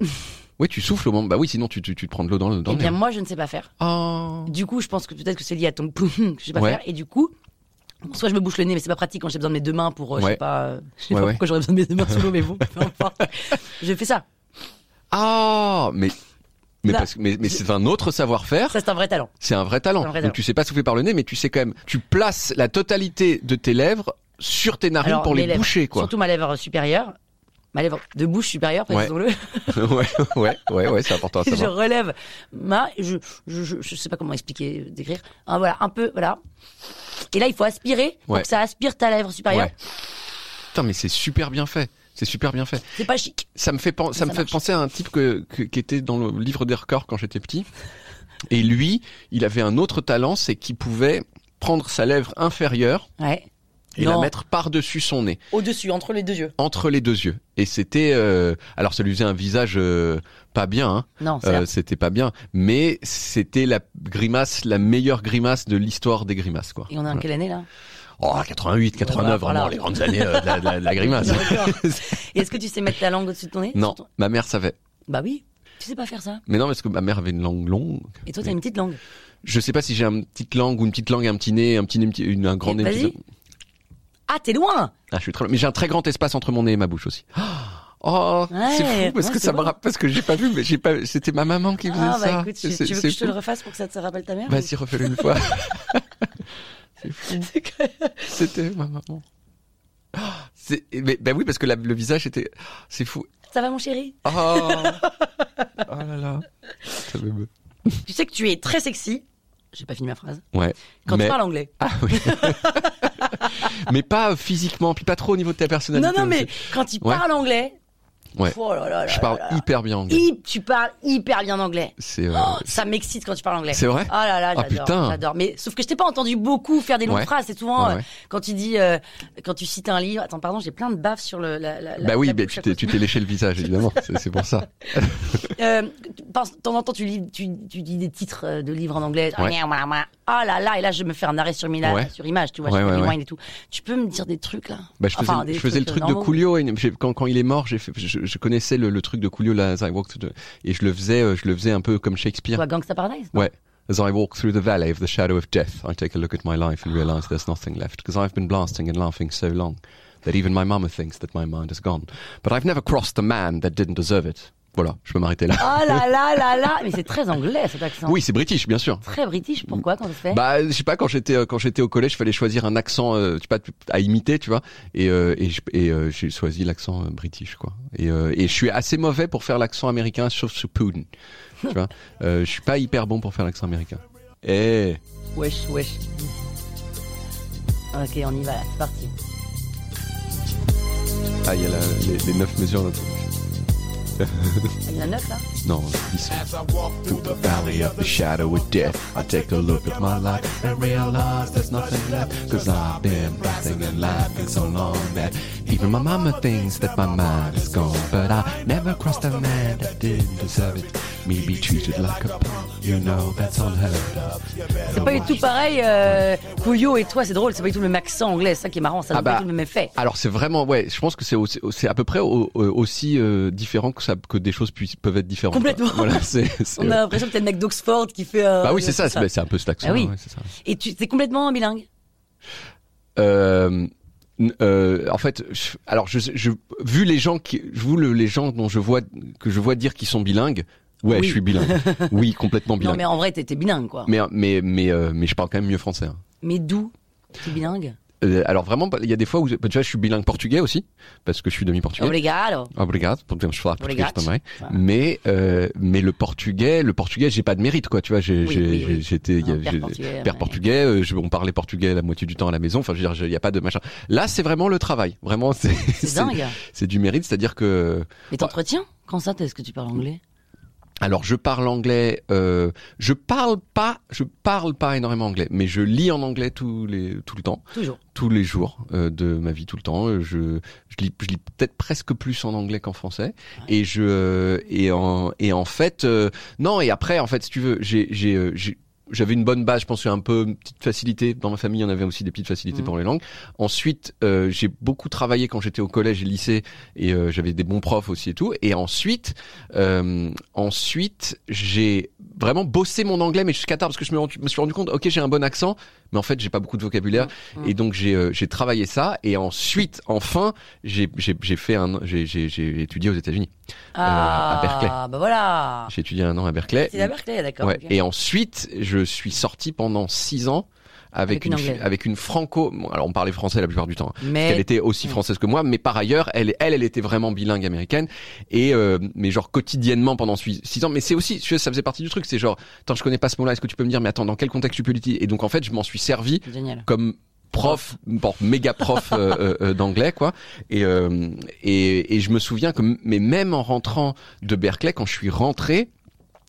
Oui, tu souffles au moment. Bah oui, sinon tu, tu, tu te prends de l'eau dans le dans
eh
le
bien,
nez.
moi, je ne sais pas faire.
Oh.
Du coup, je pense que peut-être que c'est lié à ton poum que je sais pas
Ouais.
faire. Et du coup, soit je me bouche le nez, mais c'est pas pratique quand j'ai besoin de mes deux mains pour. euh, Je
Ouais.
sais pas, euh, je sais
Ouais,
pas
ouais.
pourquoi j'aurais besoin de mes deux mains sous l'eau, mais bon, peu importe. Je fais ça.
Ah, mais mais
Là.
parce que- mais, mais c'est un autre savoir-faire.
Bah, Ça, c'est un vrai talent.
C'est un vrai talent.
un vrai talent.
Donc tu sais pas souffler par le nez, mais tu sais quand même. Tu places la totalité de tes lèvres sur tes narines pour
mes
les
lèvres,
boucher, quoi.
Surtout ma lèvre supérieure. Ma lèvre de bouche supérieure,
Ouais.
précisons-le.
ouais, ouais, ouais, ouais, c'est important à
je
savoir.
relève ma. Je, je, je, je sais pas comment expliquer, décrire. Ah, voilà, un peu, voilà. Et là, il faut aspirer pour
Ouais.
que ça aspire ta lèvre supérieure.
Ouais. Putain, mais c'est super bien fait. C'est super bien fait.
C'est pas chic.
ça me fait, pen- ça
Ça
me fait
marche.
penser à un type que, que- qui était dans le livre des records quand j'étais petit. Et lui, il avait un autre talent, c'est qu'il pouvait prendre sa lèvre inférieure
Ouais.
et la
Non.
mettre par-dessus son nez,
Au-dessus, entre les deux yeux.
entre les deux yeux. Et c'était... euh, alors ça lui faisait un visage euh, pas bien, hein.
Non, c'est
Euh,
la-
c'était pas bien, mais c'était la grimace, la meilleure grimace de l'histoire des grimaces, quoi.
Et on est en quelle année là
Oh, 88, 89,
bah, voilà.
vraiment les grandes années euh, de, la, de la- de la grimace.
Et est-ce que tu sais mettre ta langue au-dessus de ton nez
non,
Sur ton-
ma mère savait.
Bah oui, tu sais pas faire ça.
Mais non, parce que ma mère avait une langue longue.
Et toi, t'as une petite langue.
Je sais pas si j'ai une petite langue ou une petite langue, un petit nez, un petit nez, petit- une, un grand nez.
Et Eh, vas-y.
petit-
Ah, t'es loin
Ah, je suis très... Mais j'ai un très grand espace entre mon nez et ma bouche aussi. Oh,
Ouais,
c'est fou parce
ouais,
que
c'est
ça me
beau.
rappelle parce que j'ai pas vu, mais j'ai pas. C'était ma maman qui faisait
Ah, bah
ça.
écoute, tu,
C'est-
tu veux
c'est
que je te
fou.
le refasse pour que ça te rappelle ta mère ou-
Vas-y, refais-le une fois. C'était ma maman. Ah, c'est- Mais, ben oui, parce que la- le visage était. C'est fou.
Ça va, mon chéri
Oh, oh là là. Ça me-
Tu sais que tu es très sexy. J'ai pas fini ma phrase.
Ouais.
Quand
mais...
tu parles anglais.
Ah oui. mais pas euh, physiquement, puis pas trop au niveau de ta personnalité.
non, non, mais
aussi.
quand il
Ouais.
parle anglais.
Ouais.
oh là là là
Je parle
là là.
hyper bien anglais.
Hi- Tu parles hyper bien anglais.
C'est euh,
Oh, ça m'excite quand tu parles anglais.
C'est vrai
Oh là là,
Ah,
j'adore.
putain.
j'adore. Mais sauf que je t'ai pas entendu beaucoup faire des longues
Ouais. Ah,
phrases. C'est souvent
Ouais,
euh,
ouais.
quand tu dis, euh, quand tu cites un livre. Attends, pardon, j'ai plein de baffes sur le. La, la- la-
bah oui,
la
bah,
bouche
tu
à
t'es
cause.
tu t'es léché le visage évidemment, c'est c'est pour ça.
Euh, par- de temps en temps, tu, lis, tu, tu dis des titres euh, de livres en anglais.
Ouais.
Ah là là, et là, je vais me faire un arrêt sur, mina-
Ouais.
sur image, tu vois,
Ouais,
je fais
ouais,
des
ouais.
wines et tout. Tu peux me dire des trucs là
Bah je faisais,
Enfin, des
je faisais le
trucs
truc de
normaux.
Coolio et j'ai- quand, quand il est mort, j'ai fait, je, je connaissais le, le truc de Coolio là, As I Walked the- et je le faisais euh, je le faisais un peu comme
Tu
Shakespeare.
vois, Gangsta Paradise
Ouais. As I walk through the valley of the shadow of death, I take a look at my life and realize there's nothing left, because I've been blasting and laughing so long that even my mama thinks that my mind is gone. But I've never crossed the man that didn't deserve it. Voilà, je peux m'arrêter là.
Oh là là là là Mais c'est très anglais cet accent.
Oui, c'est british, bien sûr.
Très british, pourquoi quand on se fait
Bah, je sais pas quand j'étais euh, quand j'étais au collège, fallait choisir un accent, euh, tu sais pas, à imiter, tu vois. Et euh, et, je- et, euh, j'ai choisi l'accent euh, british, quoi. Et euh, et je suis assez mauvais pour faire l'accent américain, sauf sur Putin. Tu vois, Euh, je suis pas hyper bon pour faire l'accent américain. Eh,
Wesh, wesh. Ok, on y va, là, c'est parti.
ah, il y a la- les, les neuf mesures. Là.
Ah, Il y en a neuf là
Non, ils sont.
As I walk through the valley of the shadow of death, I take a look at my life and realize there's nothing left. Cause I've been blasting and laughing so long that even my mama thinks that my mind is gone. But I never crossed a man that didn't deserve it. Me be treated like a punk, you know, that's unheard of.
C'est pas du tout pareil, euh, Couillot et toi, c'est drôle, c'est pas du tout le même accent anglais, c'est ça qui est marrant, ça n'a
Ah
pas
bah.
du tout le même effet.
Alors c'est vraiment ouais, je pense que c'est aussi- c'est à peu près au- au- aussi euh, différent que ça que des choses puissent- peuvent être différentes.
Complètement.
Voilà, c'est c'est- euh,
On a l'impression que t'es le mec d'Oxford qui fait. euh,
Bah oui, c'est ça, c'est c'est un peu cet accent.
Ah oui.
ouais, c'est ça.
Et tu t'es complètement bilingue.
Euh, n- euh, en fait, je- alors je, je vu les gens qui, je vous le- les gens dont je vois que je vois dire qu'ils sont bilingues, ouais,
Oui.
je suis bilingue, oui, complètement
Non,
bilingue.
mais en vrai, t'étais bilingue quoi. Mais,
mais mais mais euh, mais je parle quand même mieux français. hein.
d'où T'es bilingue
Euh, alors vraiment, il y a des fois où bah, tu vois, je suis bilingue portugais aussi parce que je suis demi portugais.
Oh, Obrigado
Obrigado, porque je parle portugais,
Obrigado.
c'est pas vrai.
Voilà.
Mais euh, mais le portugais, le portugais, j'ai pas de mérite quoi, tu vois, j'ai
Oui,
j'ai-
oui, oui.
j'ai- j'étais il y a-
Un père
j'ai-
portugais,
père
ouais.
portugais, euh, je- on parlait portugais la moitié du temps à la maison, enfin je veux dire, j'ai- il y a pas de machin. Là, c'est vraiment le travail, vraiment c'est
C'est dingue.
c'est du mérite, c'est-à-dire que
Mais t'entretiens Quand ça, est-ce que tu parles anglais
alors je parle anglais, euh, je parle pas, je parle pas énormément anglais, mais je lis en anglais tous les tout le temps,
Toujours.
tous les jours euh, de ma vie, tout le temps. Euh, Je je lis, je lis peut-être presque plus en anglais qu'en français, et je euh, et en et en fait euh, non et après en fait si tu veux j'ai j'ai euh, j'ai- j'avais une bonne base, je pense, un peu une petite facilité. Dans ma famille, on avait aussi des petites facilités
Mhm.
pour les langues. Ensuite, euh, j'ai beaucoup travaillé quand j'étais au collège et lycée, et euh, j'avais des bons profs aussi et tout. Et ensuite, euh, ensuite, j'ai vraiment bossé mon anglais, mais jusqu'à tard, parce que je me, rendu- me suis rendu compte, ok, j'ai un bon accent, mais en fait, j'ai pas beaucoup de vocabulaire,
Mhm.
et donc j'ai euh, j'ai travaillé ça. Et ensuite, enfin, j'ai j'ai- j'ai fait un, j'ai j'ai- j'ai étudié aux États-Unis.
Ah,
Euh, à Berkeley.
bah voilà
J'ai étudié un an à Berkeley.
C'est à Berkeley, d'accord.
Ouais.
ok.
Et ensuite, je suis sorti pendant six ans
Avec
avec,
une
une, fi-
Anglaise.
avec une franco. bon, alors, on parlait français la plupart du temps. hein,
Mais-
Parce qu'elle était aussi française que moi, mais par ailleurs, elle, elle, elle était vraiment bilingue américaine. Et euh, mais genre quotidiennement pendant six six ans. Mais c'est aussi, tu sais, ça faisait partie du truc. C'est genre, attends, je connais pas ce mot-là. Est-ce que tu peux me dire, mais attends, dans quel contexte tu peux l'utiliser Et donc, en fait, je m'en suis servi
Génial.
comme prof, bon, méga prof euh, euh, euh, d'anglais quoi et, euh, et et je me souviens que m- mais même en rentrant de Berkeley quand je suis rentré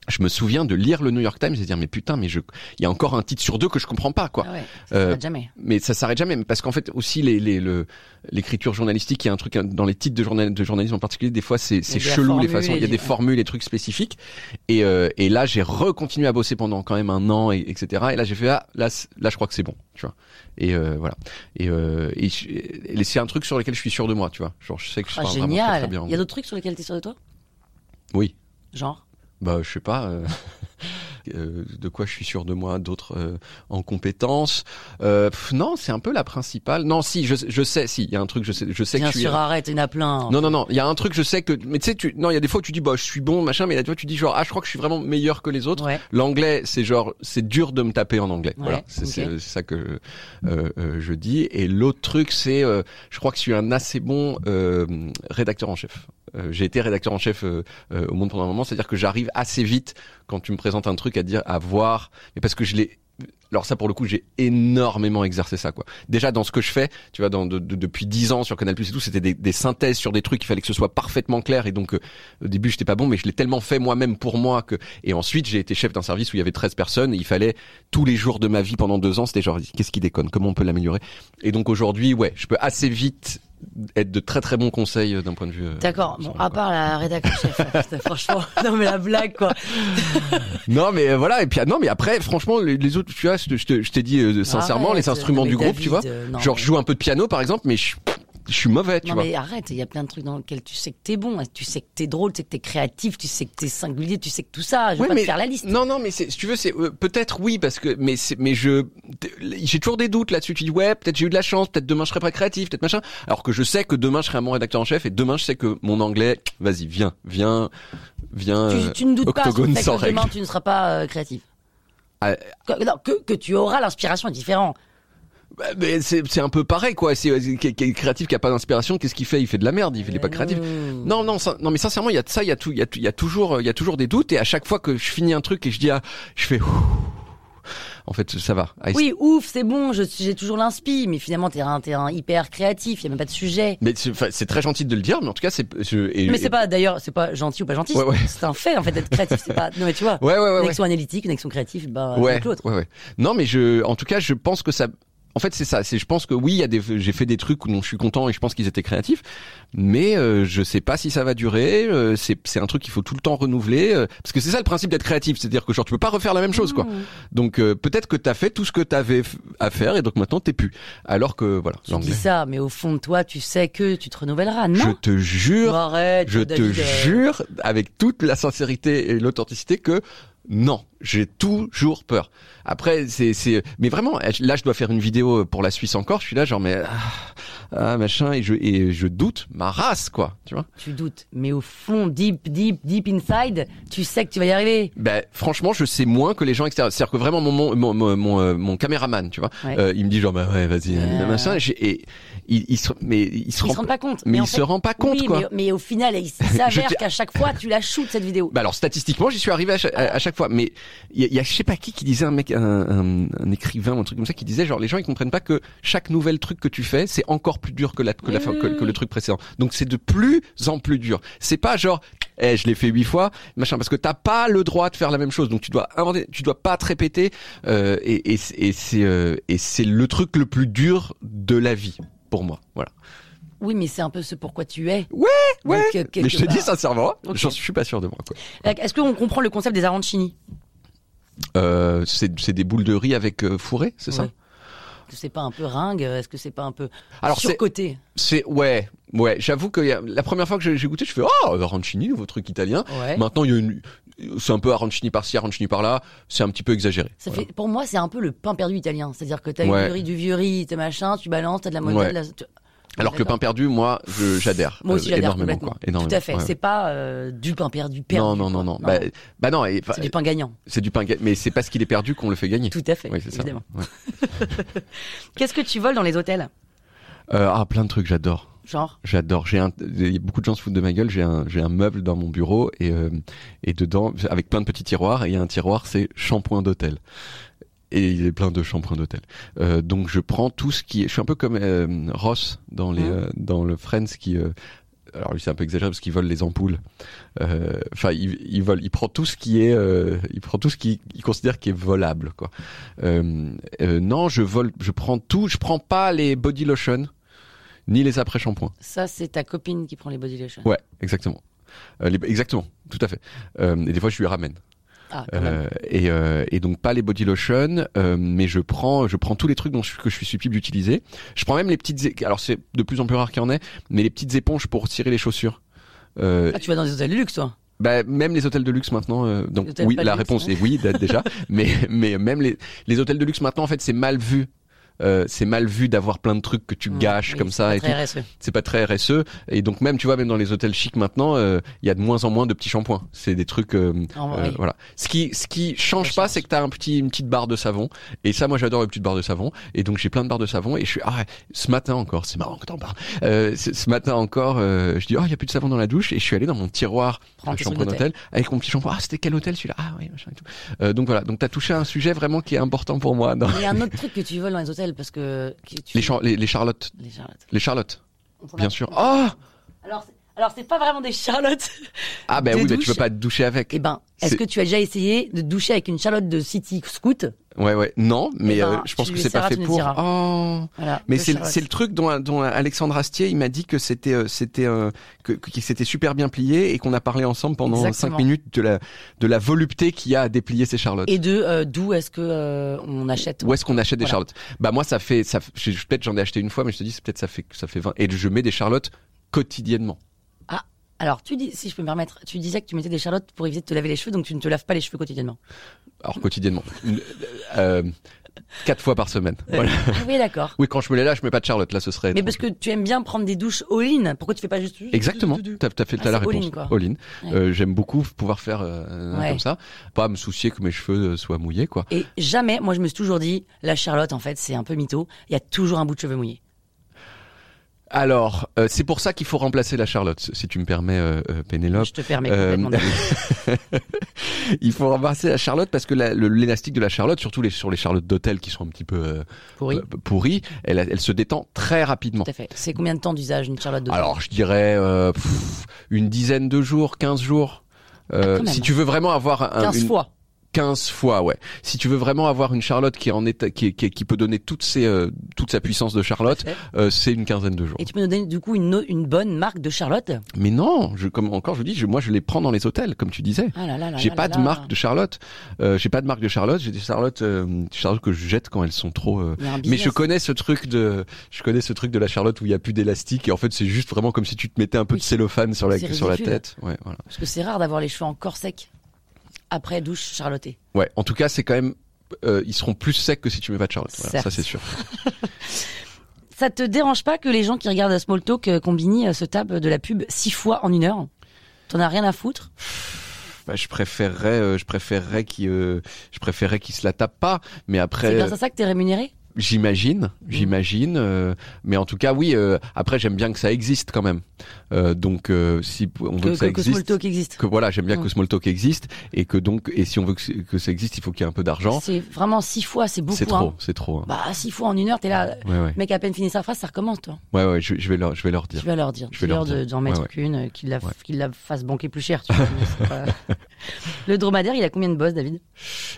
je me souviens de lire le New York Times et de dire mais putain mais je il y a encore un titre sur deux que je comprends pas quoi
Ah ouais, ça
Euh,
s'arrête jamais.
mais ça s'arrête jamais mais parce qu'en fait aussi les les le- l'écriture journalistique il y a un truc hein, dans les titres de journal de journalisme en particulier des fois c'est c'est
des
chelou les
formules,
façons il y a
des-
des formules des trucs spécifiques et euh, et là j'ai recontinué à bosser pendant quand même un an et, etc et là j'ai fait ah là c- là je crois que c'est bon tu vois et euh, voilà et, euh, et, je- et c'est un truc sur lequel je suis sûr de moi tu vois genre je sais que je
Ah,
parle vraiment très,
génial
très bien
Il y a
anglais.
d'autres trucs sur lesquels t'es sûr de toi
oui
Genre
bah, je sais pas. euh, euh, de quoi je suis sûr de moi, d'autres euh, en compétences. Euh, pff, non, c'est un peu la principale. Non, si, je, je sais, si, il y a un truc, je sais, je sais
Bien
que je suis.
sûr, arrête, il y en a plein.
Non, non, non, il y a un truc, je sais que. Mais tu sais, tu... non, il y a des fois où tu dis, bah, je suis bon, machin, mais là, tu vois, tu dis, genre, ah, je crois que je suis vraiment meilleur que les autres.
Ouais.
L'anglais, c'est genre, c'est dur de me taper en anglais.
Ouais,
voilà, c'est
ok.
c'est- c'est ça que euh, euh, je dis. Et l'autre truc, c'est, euh, je crois que je suis un assez bon euh, rédacteur en chef. Euh, J'ai été rédacteur en chef euh, euh, au Monde pendant un moment, c'est-à-dire que j'arrive assez vite quand tu me présentes un truc à dire, à voir, mais parce que je l'ai. Alors ça, pour le coup, j'ai énormément exercé ça, quoi. Déjà dans ce que je fais, tu vois, dans, de- de- depuis 10 ans sur Canal Plus et tout, c'était des, des synthèses sur des trucs il fallait que ce soit parfaitement clair. Et donc euh, au début, j'étais pas bon, mais je l'ai tellement fait moi-même pour moi que. Et ensuite, j'ai été chef d'un service où il y avait 13 personnes. Et il fallait tous les jours de ma vie pendant deux ans, c'était genre qu'est-ce qui déconne, comment on peut l'améliorer. Et donc aujourd'hui, ouais, je peux assez vite être de très très bons conseils euh, d'un point de vue. euh,
D'accord,
sur
bon,
le
à
corps.
part la rédaction chef, là, putain, franchement, non mais la blague quoi.
Non mais euh, voilà et puis ah, non mais après franchement les, les autres tu vois je te- je te- je t'ai dit euh, sincèrement
Arrête,
les instruments
non, mais
du groupe
David,
tu vois
euh, non,
genre
mais-
je joue un peu de piano par exemple mais je je suis mauvais, tu
Non
vois.
mais arrête, il y a plein de trucs dans lesquels tu sais que t'es bon, hein. tu sais que t'es drôle, tu sais que t'es créatif, tu sais que t'es singulier, tu sais que tout ça. Je vais
Ouais,
pas te
mais-
faire la liste.
Non, non, mais c'est- si tu veux, c'est euh, peut-être oui, parce que mais c'est- mais je j'ai toujours des doutes là-dessus. Tu dis ouais, peut-être j'ai eu de la chance, peut-être demain je serai pas créatif, peut-être machin. Alors que je sais que demain je serai un bon rédacteur en chef et demain je sais que mon anglais, vas-y, viens, viens, viens.
Tu,
euh,
tu ne doutes
octogone
pas sur
sans
le fait que demain
règle.
tu ne seras pas euh, créatif.
Ah,
Que, non, que, que tu auras l'inspiration différente.
bah, mais c'est c'est un peu pareil quoi. C'est c'est- qui- qui est créatif qui a pas d'inspiration, qu'est-ce qu'il fait Il fait de la merde, il fait il est
Euh,
pas créatif. Non, non, ça- non, mais sincèrement, il y a de ça, il y a tout, il y a, tout- il y a toujours, euh, il y a toujours des doutes et à chaque fois que je finis un truc et je dis ah, je fais. ouh, En fait, ça va. Ah, I
Oui, ouf, c'est bon, je- j'ai toujours l'inspi, mais finalement t'es un, t'es un hyper créatif, il y a même pas de sujet.
Mais c'est enfin, c'est très gentil de le dire, mais en tout cas, c'est. je- et-
Mais c'est
et-
pas d'ailleurs, c'est pas gentil ou pas gentil,
Ouais, ouais.
c'est un fait en fait d'être créatif, c'est pas. Non mais tu vois,
Ouais, ouais, ouais, ouais.
connexion analytique, connexion créative, bah
Ouais,
avec l'autre.
ouais, ouais. Non, mais je, en tout cas, je pense que ça. En fait, c'est ça. C'est, je pense que oui, il y a des, j'ai fait des trucs dont je suis content et je pense qu'ils étaient créatifs, mais euh, je sais pas si ça va durer. euh, c'est, c'est un truc qu'il faut tout le temps renouveler, euh, parce que c'est ça le principe d'être créatif, c'est-à-dire que genre tu peux pas refaire la même chose, quoi.
Mmh.
Donc euh, peut-être que t'as fait tout ce que t'avais f- à faire et donc maintenant t'es plus. Alors que voilà,
Tu dis ça, mais au fond de toi, tu sais que tu te renouvelleras,
Je
non
te jure,
Arrête,
je te
David, euh,
jure, avec toute la sincérité et l'authenticité, que non, j'ai toujours peur. Après, c'est, c'est, mais vraiment, là, je dois faire une vidéo pour la Suisse encore. Je suis là, genre, mais ah, ah, machin, et je, et je doute ma race, quoi. Tu vois
Tu doutes, mais au fond, deep, deep, deep inside, tu sais que tu vas y arriver.
Ben, franchement, je sais moins que les gens extérieurs. C'est-à-dire que vraiment, mon mon mon, mon, mon, euh, mon caméraman, tu vois,
Ouais.
euh, il me dit genre, bah ouais, vas-y,
Euh.
machin. Et, j'ai- et il, il se, mais il se
Ils
rend,
se rendent pas compte.
mais
en
il
fait-
se rend pas compte,
oui,
quoi.
Mais, mais au final, il
Je
s'avère
t'ai-
qu'à chaque fois, tu la shootes cette vidéo.
Bah alors statistiquement, j'y suis arrivé à cha- à à chaque, fois, mais il y a, il y a je sais pas qui qui disait un mec, un, un- un écrivain, ou un truc comme ça, qui disait genre les gens ils comprennent pas que chaque nouvel truc que tu fais c'est encore plus dur que la que, la,
Oui,
fin-
oui,
que,
oui.
que le truc précédent. Donc c'est de plus en plus dur. C'est pas genre eh, je l'ai fait huit fois, machin, parce que t'as pas le droit de faire la même chose. Donc tu dois inventer, tu dois pas te répéter, euh, et, et, c'est- et c'est euh, et c'est le truc le plus dur de la vie pour moi. Voilà.
Oui, mais c'est un peu ce pourquoi tu es.
Ouais,
Donc,
ouais.
euh,
Mais
quelque
je te dis
part-
sincèrement,
Ok.
j'en suis pas sûr de moi. Quoi.
Est-ce qu'on comprend le concept des arancini
Euh, c'est c'est des boules de riz avec euh, fourré, c'est ça
Ouais. Est-ce que c'est pas un peu ringue Est-ce que c'est pas un peu
Alors, c'est-
surcoté
C'est ouais, ouais. J'avoue que y a- la première fois que j'ai j'ai goûté, je fais oh arancini, nouveau truc italien.
Ouais.
Maintenant, il y a une, c'est un peu arancini par-ci, arancini par-là. C'est un petit peu exagéré.
Ça
Voilà.
fait, pour moi, c'est un peu le pain perdu italien. C'est-à-dire que t'as
Ouais.
du riz, du vieux riz, t'as machin, tu balances, t'as de la mode.
Ouais.
de la- tu-
Alors que le pain perdu, moi, je- j'adhère.
Moi aussi,
euh,
j'adhère
énormément,
complètement.
quoi. Énormément.
Tout à fait.
Ouais.
C'est pas euh, du pain perdu, perdu.
non, non, non,
quoi.
non. Bah, bah non. et-
c'est du pain gagnant.
C'est du pain. ga- Mais c'est parce qu'il est perdu qu'on le fait gagner.
Tout à fait,
Oui, c'est ça.
évidemment.
Ouais.
Qu'est-ce que tu voles dans les hôtels
Euh, ah, plein de trucs, j'adore.
Genre
J'adore. J'ai un, il y a beaucoup de gens se foutent de ma gueule. J'ai un, j'ai un meuble dans mon bureau et euh, et dedans, avec plein de petits tiroirs. Et il y a un tiroir, c'est shampoing d'hôtel. Et il est plein de shampoings d'hôtel. Euh, donc je prends tout ce qui est. Je suis un peu comme euh, Ross dans les
Mhm.
euh, dans le Friends qui. euh, alors lui c'est un peu exagéré parce qu'il vole les ampoules. Euh, Enfin il, il vole, il prend tout ce qui est, euh, il prend tout ce qu'il il considère qui est volable quoi. Euh, euh, non je vole, je prends tout, je prends pas les body lotion ni les après shampoings.
Ça, c'est ta copine qui prend les body lotions.
Ouais, exactement. Euh, les- exactement, tout à fait. Euh, et des fois, je lui ramène.
Ah, quand même.
Euh, et, euh, et donc pas les body lotion, euh, mais je prends, je prends tous les trucs dont je, que je suis susceptible d'utiliser. Je prends même les petites, é- alors c'est de plus en plus rare qu'il y en ait, mais les petites éponges pour tirer les chaussures. Euh,
Ah, tu vas dans des hôtels de luxe, toi
bah, même les hôtels de luxe maintenant. euh, donc
Les hôtels
oui,
pas de
la
luxe,
réponse
hein.
est oui d'a- déjà. mais mais même les les hôtels de luxe maintenant en fait c'est mal vu. Euh, c'est mal vu d'avoir plein de trucs que tu gâches
Oui,
comme
c'est
ça
pas
et tout.
très RSE.
C'est pas très RSE et donc même tu vois même dans les hôtels chics maintenant euh, il y a de moins en moins de petits shampoings. C'est des trucs euh,
Ah,
euh,
oui.
voilà. Ce qui ce qui change
Ça
pas
change.
c'est que t'as un petit une petite barre de savon et ça moi j'adore les petites barres de savon et donc j'ai plein de barres de savon et je suis ah ouais, ce matin encore c'est marrant que t'en parles. Euh, ce, ce matin encore euh, je dis oh il y a plus de savon dans la douche et je suis allé dans mon tiroir
Prends
un
tes
shampoing
trucs d'hôtel.
d'hôtel avec mon petit shampoing ah c'était quel hôtel celui-là ah oui machin et tout. Euh, donc voilà donc t'as touché à un sujet vraiment qui est important pour moi dans
Il y a un autre truc que tu voles dans les hôtels parce que. que tu-
les, char- les les charlottes
Les Charlottes.
les charlottes
On s'en
bien
va-
sûr oh
Alors, c'est- Alors, c'est pas vraiment des charlottes.
Ah
Des
ben oui, mais tu
douches.
peux pas te doucher avec.
Eh ben, est-ce
C'est-
que tu as déjà essayé de te doucher avec une charlotte de City Scout
Ouais, ouais. Non, mais
Eh ben,
euh, je pense
tu
que c'est
essaieras,
pas fait
tu nous
pour.
diras.
Oh.
Voilà.
Mais
deux
c'est
charlottes.
c'est le truc dont, dont Alexandre Astier il m'a dit que c'était euh, c'était euh, que, que c'était super bien plié et qu'on a parlé ensemble pendant
Exactement.
cinq minutes de la de la volupté qu'il y a à déplier ces charlottes.
Et de euh, d'où est-ce que euh, on achète
Où est-ce qu'on achète des
Voilà.
charlottes Bah moi ça fait ça fait- je- peut-être j'en ai acheté une fois mais je te dis c'est peut-être ça fait ça fait 20 et je mets des charlottes quotidiennement.
Alors, tu dis, si je peux me permettre, tu disais que tu mettais des charlottes pour éviter de te laver les cheveux, donc tu ne te laves pas les cheveux quotidiennement.
Alors quotidiennement. Une- euh, quatre fois par semaine. Voilà.
Ah oui, d'accord.
Oui, quand je me les lave, je mets pas de charlotte là, ce serait
Mais parce que tu aimes bien prendre des douches all-in, pourquoi tu fais pas juste
Exactement, t'as as fait
Ah,
t'as la
c'est all-in,
réponse.
quoi.
All-in.
Ouais.
Euh, J'aime beaucoup pouvoir faire euh,
Ouais.
comme ça, pas me soucier que mes cheveux euh, soient mouillés, quoi.
Et jamais, moi je me suis toujours dit, la Charlotte en fait c'est un peu mytho, il y a toujours un bout de cheveux mouillé.
Alors, euh, c'est pour ça qu'il faut remplacer la Charlotte, si tu me permets, euh, euh, Pénélope.
Je te permets
Euh,
complètement. de-
Il faut remplacer la Charlotte parce que la- le- l'élastique de la Charlotte, surtout les, sur les Charlottes d'hôtel qui sont un petit peu euh,
Pourri.
euh, pourries, elle, elle se détend très rapidement.
Tout à fait. C'est combien de temps d'usage une Charlotte de
Alors, je dirais euh, pff, une dizaine de jours, 15 jours. Euh,
Ah, quand même.
si tu veux vraiment avoir un,
15
euh, une-
fois.
15 fois, ouais. Si tu veux vraiment avoir une Charlotte qui est en état, qui, est- qui, est- qui peut donner toute ses, euh, toute sa puissance de Charlotte,
Parfait.
euh, c'est une quinzaine de jours.
Et tu peux nous donner du coup une, no- une bonne marque de Charlotte
Mais non, je, comme encore je dis, je, moi je les prends dans les hôtels, comme tu disais.
Ah là là là
J'ai
là
pas
là
de
là.
marque de Charlotte. Euh, j'ai pas de marque de Charlotte. J'ai des Charlotte, euh, Charlotte que je jette quand elles sont trop. euh,
Il y a un
Mais
business.
je connais ce truc de, je connais ce truc de la Charlotte où il y a plus d'élastique et en fait c'est juste vraiment comme si tu te mettais un peu
Oui.
de cellophane sur la
C'est
sur la
ridicule.
tête. Ouais, voilà.
Parce que c'est rare d'avoir les cheveux encore secs après douche charlottée.
Ouais. En tout cas, c'est quand même, euh, ils seront plus secs que si tu mets pas de Charlotte. Voilà,
Certes.
ça c'est sûr.
Ça te dérange pas que les gens qui regardent Smalltalk euh, Combini euh, se tapent de la pub six fois en une heure T'en as rien à foutre
Bah, je préférerais, euh, je préférerais qu'il, euh, je préférerais qu'il se la tape pas. Mais
C'est
après,
grâce à ça Mm. que t'es rémunéré
euh, j'imagine, j'imagine. euh, mais en tout cas, oui. euh, après, j'aime bien que ça existe quand même. Euh, donc, euh, si p- on veut que,
Que,
ça
que, que
existe,
Smalltalk existe.
que voilà, j'aime bien
Mm.
que Smalltalk existe et que donc, et si on veut que, c- que ça existe, il faut qu'il y ait un peu d'argent.
C'est vraiment six fois, c'est beaucoup.
C'est
hein.
trop, c'est trop. hein.
Bah, six fois en une heure, t'es là.
Ouais, ouais,
Le mec a à peine fini sa phrase, ça recommence, toi.
ouais, ouais. Je, je vais leur, je vais leur
Tu
dire.
vas leur dire.
Je
Tu
vais
leur
leur
de-
dire.
d'en mettre
Ouais, ouais.
qu'une, euh, qu'il la, f-
Ouais.
qu'il la fasse banquer plus cher. tu vois, mais c'est pas- Le dromadaire, il a combien de bosses, David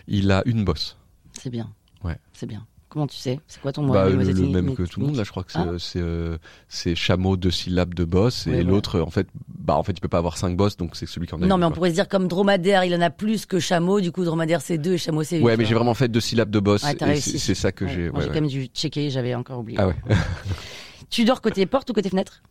Il a une bosse.
C'est bien.
Ouais.
C'est bien. Comment tu sais C'est quoi ton
Bah,
moyen
le,
de
le
mnémotechnique-
même que tout le monde là je crois que c'est
Ah.
euh, c'est euh, c'est chameau deux syllabes de boss et
Ouais, voilà.
l'autre euh, en fait bah en fait il peut pas avoir cinq boss donc c'est celui qui en a
Non,
une,
mais on
quoi.
pourrait se dire comme dromadaire, il en a plus que chameau. Du coup, dromadaire, c'est deux et chameau, c'est une,
ouais
tu
mais
vois.
j'ai vraiment fait deux syllabes de boss
hein. Ouais, t'as
et
réussi.
c'est c'est ça que
Ouais,
j'ai
moi, j'ai
ouais, ouais.
quand même dû checker, j'avais encore oublié.
ah ouais
Tu dors côté porte ou côté fenêtre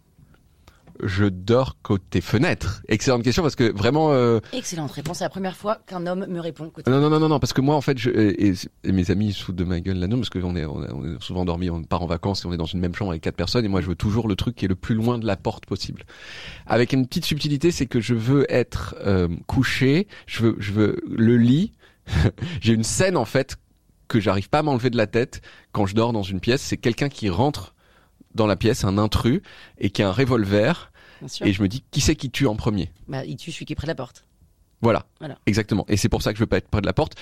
je dors côté fenêtre excellente question parce que vraiment euh,
Excellente réponse. C'est la première fois qu'un homme me répond côté
non non non non non parce que moi en fait je, et, et- et mes amis ils se foutent de ma gueule là-dedans parce qu'on est on, a- on est souvent dormi on part en vacances et on est dans une même chambre avec quatre personnes et moi je veux toujours le truc qui est le plus loin de la porte possible avec une petite subtilité, c'est que je veux être euh, couché, je veux, je veux le lit. J'ai une scène en fait que j'arrive pas à m'enlever de la tête quand je dors dans une pièce, c'est quelqu'un qui rentre dans la pièce, un intrus, et qui a un revolver,
Bien sûr.
et je me dis qui c'est qui tue en premier.
Bah, il tue celui qui est près de la porte.
Voilà.
Voilà.
Exactement. Et c'est pour ça que je veux pas être près de la porte.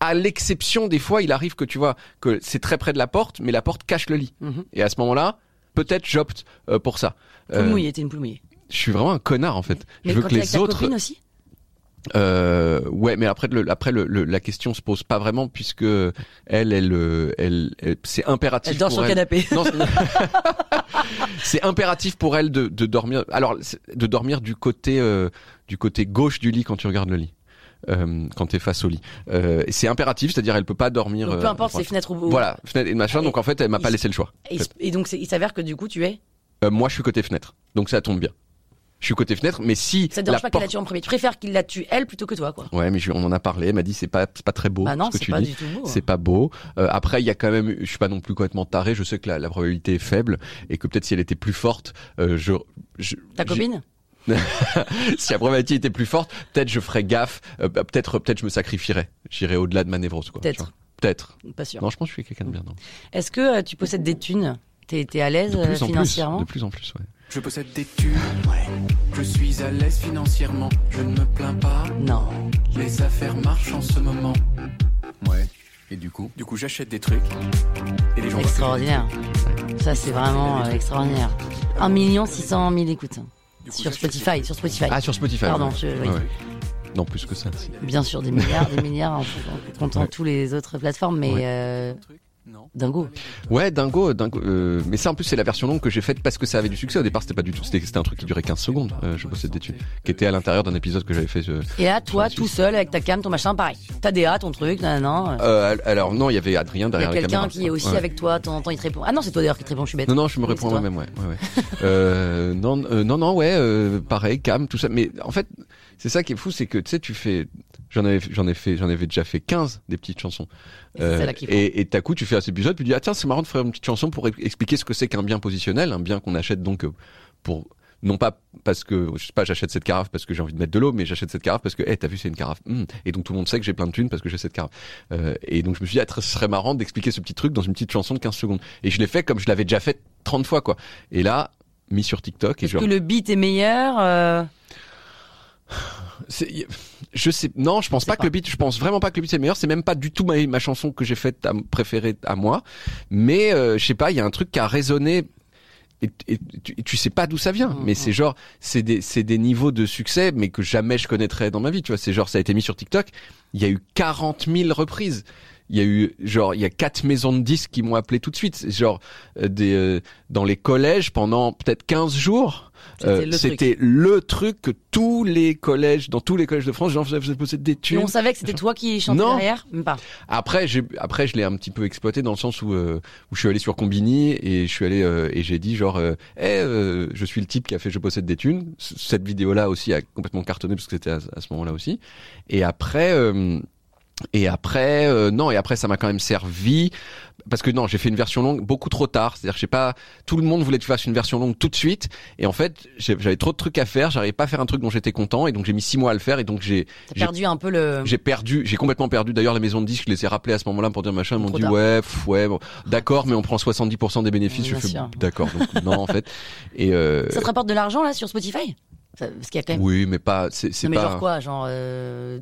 À l'exception des fois, il arrive que tu vois que c'est très près de la porte, mais la porte cache le lit.
Mhm.
Et à ce moment-là, peut-être j'opte euh, pour ça.
Poule
Euh,
mouillée, t'es une poule mouillée.
je suis vraiment un connard en fait.
Mais
je veux
quand
que
t'es avec
les
ta
autres
copine aussi
Euh, ouais, mais après, le, après le, le- la question se pose pas vraiment puisque elle, elle, euh, elle, elle- c'est impératif.
Elle dort
pour
sur le canapé.
Non, c'est- c'est impératif pour elle de, de dormir. Alors, c'est- de dormir du côté, euh, du côté gauche du lit quand tu regardes le lit, euh, quand t'es face au lit. Euh, c'est impératif, c'est-à-dire elle peut pas dormir.
Donc,
euh,
peu importe
enfin,
ses fenêtres ou.
Voilà, fenêtre et machin.
Et-
donc en fait, elle m'a
il
pas
se-
laissé le choix.
Et, il se- et donc, c'est- il s'avère que du coup, tu es.
Euh, moi, je suis côté fenêtre, donc ça tombe bien. Je suis côté fenêtre, mais si
Ça te
la
dérange pas qu'il la
porte-
tue en premier. Tu préfères qu'il la tue elle plutôt que toi, quoi.
Ouais, mais je- on en a parlé. Elle m'a dit c'est pas, c'est pas très beau.
Bah non,
Oh, ce que
c'est
tu
pas
dis.
du tout hein. beau.
C'est pas beau. Euh, après, il y a quand même, je suis pas non plus complètement taré. Je sais que la, la probabilité est faible et que peut-être si elle était plus forte, euh, je, je-
Ta
j'ai-
copine
si la probabilité était plus forte, peut-être je ferais gaffe. euh, bah, peut-être, peut-être je me sacrifierais. J'irais au-delà de ma névrose, quoi.
Peut-être.
tu vois. Peut-être.
Pas sûr.
Non, je pense que je suis quelqu'un de bien. non.
Est-ce que euh, tu possèdes des thunes T'es t'es à l'aise
De
euh,
plus en plus.
financièrement
De plus en plus. Ouais.
Je possède des thunes, ouais. Je suis à l'aise financièrement, je ne me plains pas.
Non.
Les affaires marchent en ce moment.
Ouais. Et du coup
Du coup, j'achète des trucs. Et les gens.
Extraordinaire. Ça, c'est vraiment euh, extraordinaire. 1 million 600 000 écoutes.
Du coup,
Sur
ça, c'est-
Spotify, sur Spotify.
Ah, sur Spotify.
Pardon,
ouais.
je- oui.
Ouais, ouais. Non, plus que ça. si.
Bien sûr, des milliards, des milliards en, en comptant
Ouais.
tous les autres plateformes, mais
Ouais.
euh,
Truc Non.
dingo.
Ouais, dingo, dingo. euh, mais ça, en plus, c'est la version longue que j'ai faite parce que ça avait du succès. Au départ, c'était pas du tout. C'était c'était un truc qui durait 15 secondes. euh, je possède des dessus. Qui était à l'intérieur d'un épisode que j'avais fait. euh,
Et là, toi, tout seul, avec ta cam, ton machin, pareil. T'as des A, ton truc, nan, nan, nan.
euh, alors, non, il y avait Adrien
Il y
derrière
a
la caméra.
quelqu'un qui est aussi
Ouais.
avec toi, de temps en temps, il te répond. Ah non, c'est toi d'ailleurs qui te répond, je suis bête.
Non, non, je me
Oui,
réponds
c'est
à
toi.
moi-même, ouais. ouais, ouais. euh, non, euh, non, non, ouais, euh, pareil, cam, tout ça. Mais en fait, c'est ça qui est fou, c'est que tu sais, tu fais. J'en avais, j'en ai fait, j'en avais déjà fait 15 des petites chansons. Euh,
Et c'est celle-là qui prend.
et, et d'un coup, tu fais un épisode, puis tu dis ah tiens, c'est marrant de faire une petite chanson pour e- expliquer ce que c'est qu'un bien positionnel, un bien qu'on achète donc euh, pour non pas parce que je sais pas, j'achète cette carafe parce que j'ai envie de mettre de l'eau, mais j'achète cette carafe parce que hey, t'as vu c'est une carafe. Hmm. Et donc tout le monde sait que j'ai plein de thunes parce que j'ai cette carafe. Euh, et donc je me suis dit ah, ce serait marrant d'expliquer ce petit truc dans une petite chanson de 15 secondes. Et je l'ai fait comme je l'avais déjà fait 30 fois quoi. Et là mis sur TikTok et
Est-ce
je
que le beat est meilleur euh,
c'est- y- je sais non je pense pas,
pas.
que le beat je pense vraiment pas que le beat c'est le meilleur c'est même pas du tout ma, ma chanson que j'ai faite à- préférée à moi mais euh, je sais pas il y a un truc qui a résonné et, et tu, et tu sais pas d'où ça vient
Mm,
mais c'est genre c'est des c'est des niveaux de succès mais que jamais je connaîtrais dans ma vie tu vois c'est genre ça a été mis sur TikTok il y a eu 40 000 reprises il y a eu genre il y a quatre maisons de disques qui m'ont appelé tout de suite C'est genre euh, des euh, dans les collèges pendant peut-être 15 jours
C'était
euh,
le truc.
c'était le truc que tous les collèges dans tous les collèges de France les gens faisaient- faisaient poser des
Et
tunes
on savait que c'était toi qui chantais
Non.
derrière Même pas.
après, j'ai, après, je l'ai un petit peu exploité dans le sens où, euh, où je suis allé sur Combini et je suis allé euh, et j'ai dit genre, euh, Eh, euh, je suis le type qui a fait Je possède des thunes. C- Cette vidéo-là aussi a complètement cartonné parce que c'était à, à ce moment-là aussi. Et après. euh, et après, euh, non, et après, ça m'a quand même servi parce que non, j'ai fait une version longue beaucoup trop tard. C'est-à-dire, que j'ai pas tout le monde voulait que tu fasses une version longue tout de suite, et en fait, j'ai- j'avais trop de trucs à faire. J'arrivais pas à faire un truc dont j'étais content, et donc j'ai mis six mois à le faire, et donc j'ai
T'as
J'ai-
perdu un peu le.
j'ai perdu, j'ai complètement perdu. D'ailleurs, la maison de disques, je les ai rappelés à ce moment-là pour dire machin. Ils m'ont
Trop
dit
tard.
ouais, pff, ouais, bon, d'accord, mais on prend 70% des bénéfices.
Bien
je fais
sûr.
d'accord, donc non en fait. Et euh,
Ça te rapporte de l'argent là sur Spotify Ça- Parce qu'il y a quand même.
oui, mais pas, c'est c'est
non, mais
pas.
genre quoi Genre euh,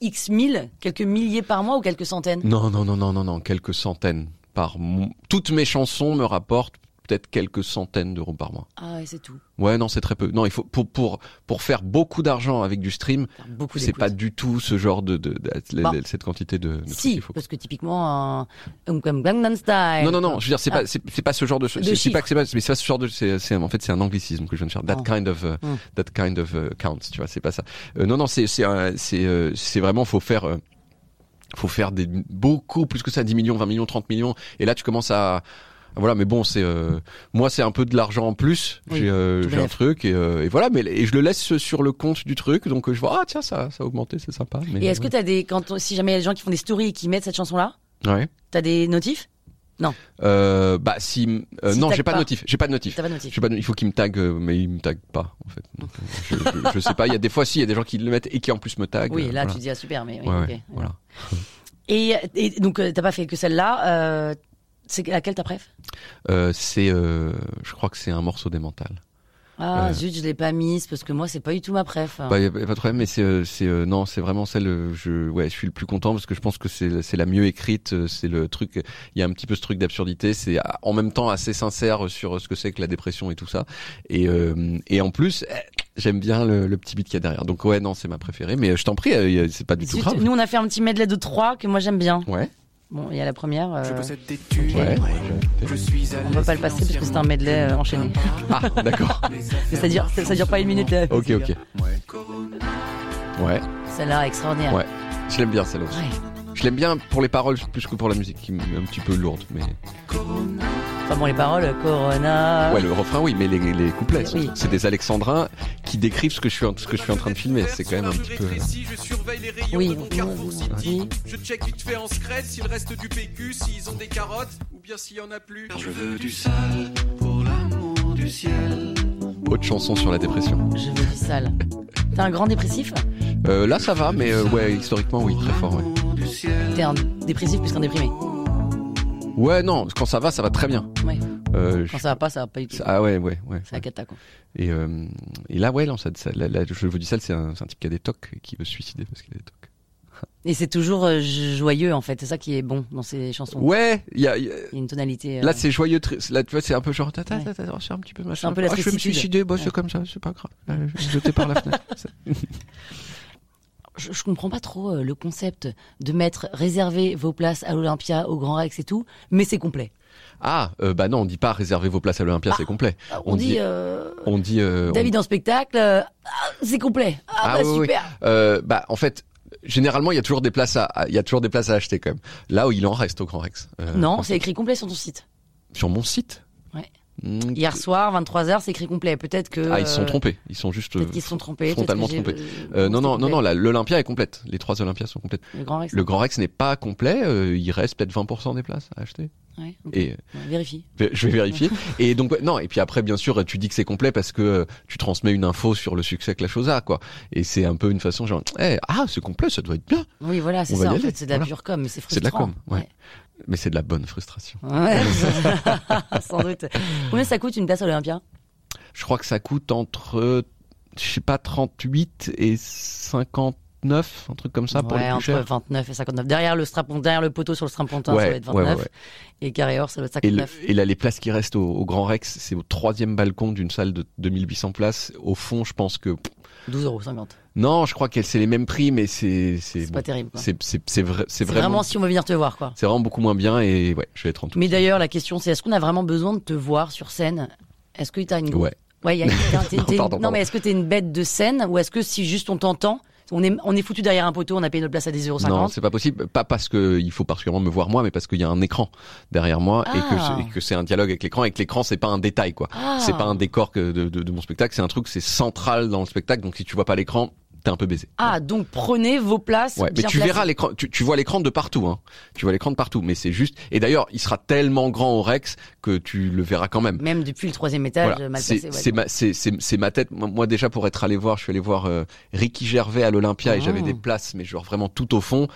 X mille, quelques milliers par mois ou quelques centaines
non, non, non, non, non, non, quelques centaines par mois. Toutes mes chansons me rapportent peut-être quelques centaines d'euros par mois.
Ah ouais, c'est tout.
Ouais, non, c'est très peu. Non, il faut pour pour pour faire beaucoup d'argent avec du stream,
Faire Beaucoup
c'est
d'écoutes.
pas du tout ce genre de, de, de-
Bah.
cette quantité de. de trucs
Si,
qu'il faut.
parce que typiquement un, un comme Gangnam Style.
Non, non, non. Je veux dire, c'est
Ah.
pas, c'est c'est pas ce genre de. choses. c'est c'est
chiffres.
pas que c'est pas, mais c'est pas ce genre de. C'est, c'est- en fait, c'est un anglicisme que je viens de faire. That
Oh.
kind of, uh,
Hmm.
that kind of uh, counts. Tu vois, c'est pas ça. Euh, non, non, c'est, c'est, un- c'est, euh, c'est vraiment faut faire. euh, faut faire des beaucoup plus que ça 10 millions 20 millions 30 millions et là tu commences à voilà mais bon c'est euh, moi c'est un peu de l'argent en plus
Oui,
j'ai euh,
tout
j'ai un
bénef.
truc et, euh, et voilà mais et je le laisse sur le compte du truc donc euh, je vois ah tiens ça ça a augmenté c'est sympa mais
Et est-ce que
ouais.
t'as des quand on- si jamais il y a des gens qui font des stories et qui mettent cette chanson là,
Ouais.
t'as des notifs
Euh, bah si, euh,
Si
non
t'as
j'ai pas,
pas-
de notif j'ai pas de notif
T'as pas de
Je
notifs.
sais pas, il faut qu'il me tague, euh, mais il me tague pas en fait. Donc, euh, je, je- je sais pas. Il y a des fois, si, il y a des gens qui le mettent et qui en plus me taguent.
Oui,
euh,
là
voilà.
tu dis ah super, mais oui,
Ouais,
ok.
ouais, voilà.
Et, et donc euh, t'as pas fait que celle-là. euh, c'est laquelle ta préf
Euh, c'est, euh, je crois que c'est un morceau des mentales.
Ah
Euh.
zut, je l'ai pas mise parce que moi c'est pas du tout ma préf. hein.
Bah, y a pas de problème, mais c'est, euh, c'est, euh, non, c'est vraiment celle. euh, Je, ouais, je suis le plus content parce que je pense que c'est, c'est la mieux écrite. euh, C'est le truc. Il y a un petit peu ce truc d'absurdité. C'est euh, en même temps assez sincère sur euh, ce que c'est que la dépression et tout ça. Et, euh, et en plus, eh, j'aime bien le, le petit beat qu'il y a derrière. Donc ouais, non, c'est ma préférée. Mais euh, je t'en prie, euh, y a- c'est pas du tout
Zut,
grave.
nous on a fait un petit medley de trois que moi j'aime bien.
Ouais.
Bon, il y a la première. euh,
Je possède des thunes.
Ouais.
Je suis à
On va pas le passer parce que c'est un medley euh, enchaîné.
Ah, d'accord.
Mais ça dure, ça, ça dure pas une minute. là.
Ok, ok.
hein.
Ouais,
Celle-là, extraordinaire.
ouais. Je l'aime bien celle-là aussi.
Ouais.
Je l'aime bien pour les paroles plus que pour la musique qui est un petit peu lourde. Mais...
Enfin bon, les paroles, euh, Corona.
Ouais, le refrain, oui, mais les, les couplets,
Ah. Oui.
c'est des alexandrins qui décrivent ce que je suis en, ce que je suis en train de filmer. C'est quand même un petit peu.
Je surveille les rayons
Oui,
de mon Carrefour
oui,
City.
oui.
Je check vite fait en secret s'il reste du PQ, s'ils ont des carottes ou bien s'il y en a plus.
Je veux du sale pour l'amour du ciel.
Autre chanson sur la dépression.
Je veux du sale. T'es un grand dépressif
Euh, là, ça va, mais euh, ouais, historiquement, oui, très fort. Ouais.
Du ciel.
T'es un dépressif plus qu'un déprimé.
ouais, non, quand ça va, ça va très bien.
Ouais.
Euh, je-
Quand ça va pas, ça va pas du tout.
Ah ouais, ouais, ouais.
C'est la cata, quoi.
Et, euh, et là, ouais, là, ça- ça- là, là, je vous dis ça, c'est un, c'est un type qui a des tocs et qui veut se suicider parce qu'il a des tocs.
Et c'est toujours euh, joyeux en fait, c'est ça qui est bon dans ces chansons.
Ouais, il y a- il y a-
Il y a une tonalité. euh,
Là, c'est joyeux. tr- Là, tu vois, c'est un peu genre. ta, ta,
Ouais.
ta, ta, oh, C'est un petit peu machin.
C'est un peu la
Ah, je vais me
tristitude.
suicider. Bon,
Ouais.
c'est comme ça. C'est pas grave. Là, je vais jeter par la fenêtre.
je, je comprends pas trop euh, le concept de mettre réserver vos places à l'Olympia, au Grand Rex et tout, mais c'est complet.
Ah, euh, bah non, on dit pas réservez vos places à l'Olympia, c'est complet.
On, dit, euh,
on dit. euh, Ah, on-
Ah. David en spectacle, euh, ah, c'est complet. Ah,
Ah
bah
oui, oui.
super.
Euh, bah, en fait, généralement, il y a toujours des places à, à- il y a toujours des places à acheter quand même. Là où il en reste au Grand Rex. Euh,
Non,
en-
c'est écrit complet sur ton site.
Sur mon site.
Ouais.
Mm,
Hier soir, 23h, c'est écrit complet. Peut-être que.
Ah, ils se sont
euh,
trompés. Ils sont juste.
Peut-être qu'ils
euh,
se sont trompés. peut-être
frontalement
que j'ai-
trompés.
euh,
euh, non, non, non,
complet.
non. la- L'Olympia est complète. Les trois Olympias sont complètes.
Le Grand Rex.
Le Grand Rex n'est pas complet. euh, il reste peut-être 20% des places à acheter.
Ouais, ok.
Et
Ouais, Vérifie.
euh, je vais vérifier. et donc ouais, non. Et puis après, bien sûr, tu dis que c'est complet parce que euh, tu transmets une info sur le succès que la chose a, quoi. Et c'est un peu une façon genre, Eh, ah, c'est complet, ça doit être bien.
Oui, voilà, c'est
On va
ça.
y
En
aller,
fait, c'est de la
voilà.
pure com, mais c'est frustrant.
C'est de la com, ouais. Mais c'est de la bonne frustration.
Ouais. sans doute. Combien ça coûte une place à l'Olympia
Je crois que ça coûte entre, euh, je sais pas, 38 et 59, un truc comme ça pour
ouais,
les plus
entre
chers.
29 et 59. Derrière le strapon, derrière le poteau sur le strapontin, ça doit être 29. Et carré or, ça doit être
Et, le-
59.
et là, les places qui restent au, au Grand Rex, c'est au troisième balcon d'une salle de 2800 places. Au fond, je pense que...
12,50 euros. C'est
Non, je crois que c'est les mêmes prix, mais c'est... C'est bon.
pas terrible. quoi.
C'est- c'est- c'est vrai-
C'est
c'est
vraiment...
vraiment...
si on veut venir te voir, quoi.
C'est vraiment beaucoup moins bien et ouais, je vais être en tout.
Mais d'ailleurs, la question, c'est est-ce qu'on a vraiment besoin de te voir sur scène Est-ce que t'as une.
Ouais.
Ouais, il y a une- t'es-
Non,
t'es-
pardon,
non,
pardon.
mais est-ce que t'es une bête de scène ou est-ce que si juste on t'entend, on est, on est foutu derrière un poteau, on a payé notre place à 10,50 euros
Non, c'est pas possible. Pas parce que il faut particulièrement me voir moi, mais parce qu'il y a un écran derrière moi et que
Ah.
c'est- et que c'est un dialogue avec l'écran et que l'écran c'est pas un détail quoi.
Ah.
C'est pas un décor que de, de- de mon spectacle, c'est un truc c'est central dans le spectacle. Donc si tu vois pas l'écran, t'es un peu baisé.
Ah, donc prenez vos places.
Ouais, mais
bien
tu
placées.
verras l'écran, tu, tu vois l'écran de partout, hein. Tu vois l'écran de partout, mais c'est juste. Et d'ailleurs, il sera tellement grand au Rex que tu le verras quand même.
Même depuis le troisième étage,
Voilà.
mal
C'est
placé. ouais.
c'est ma, c'est- c'est- c'est ma tête. Moi, moi, déjà, pour être allé voir, je suis allé voir euh, Ricky Gervais à l'Olympia et
Ah.
j'avais des places, mais genre vraiment tout au fond.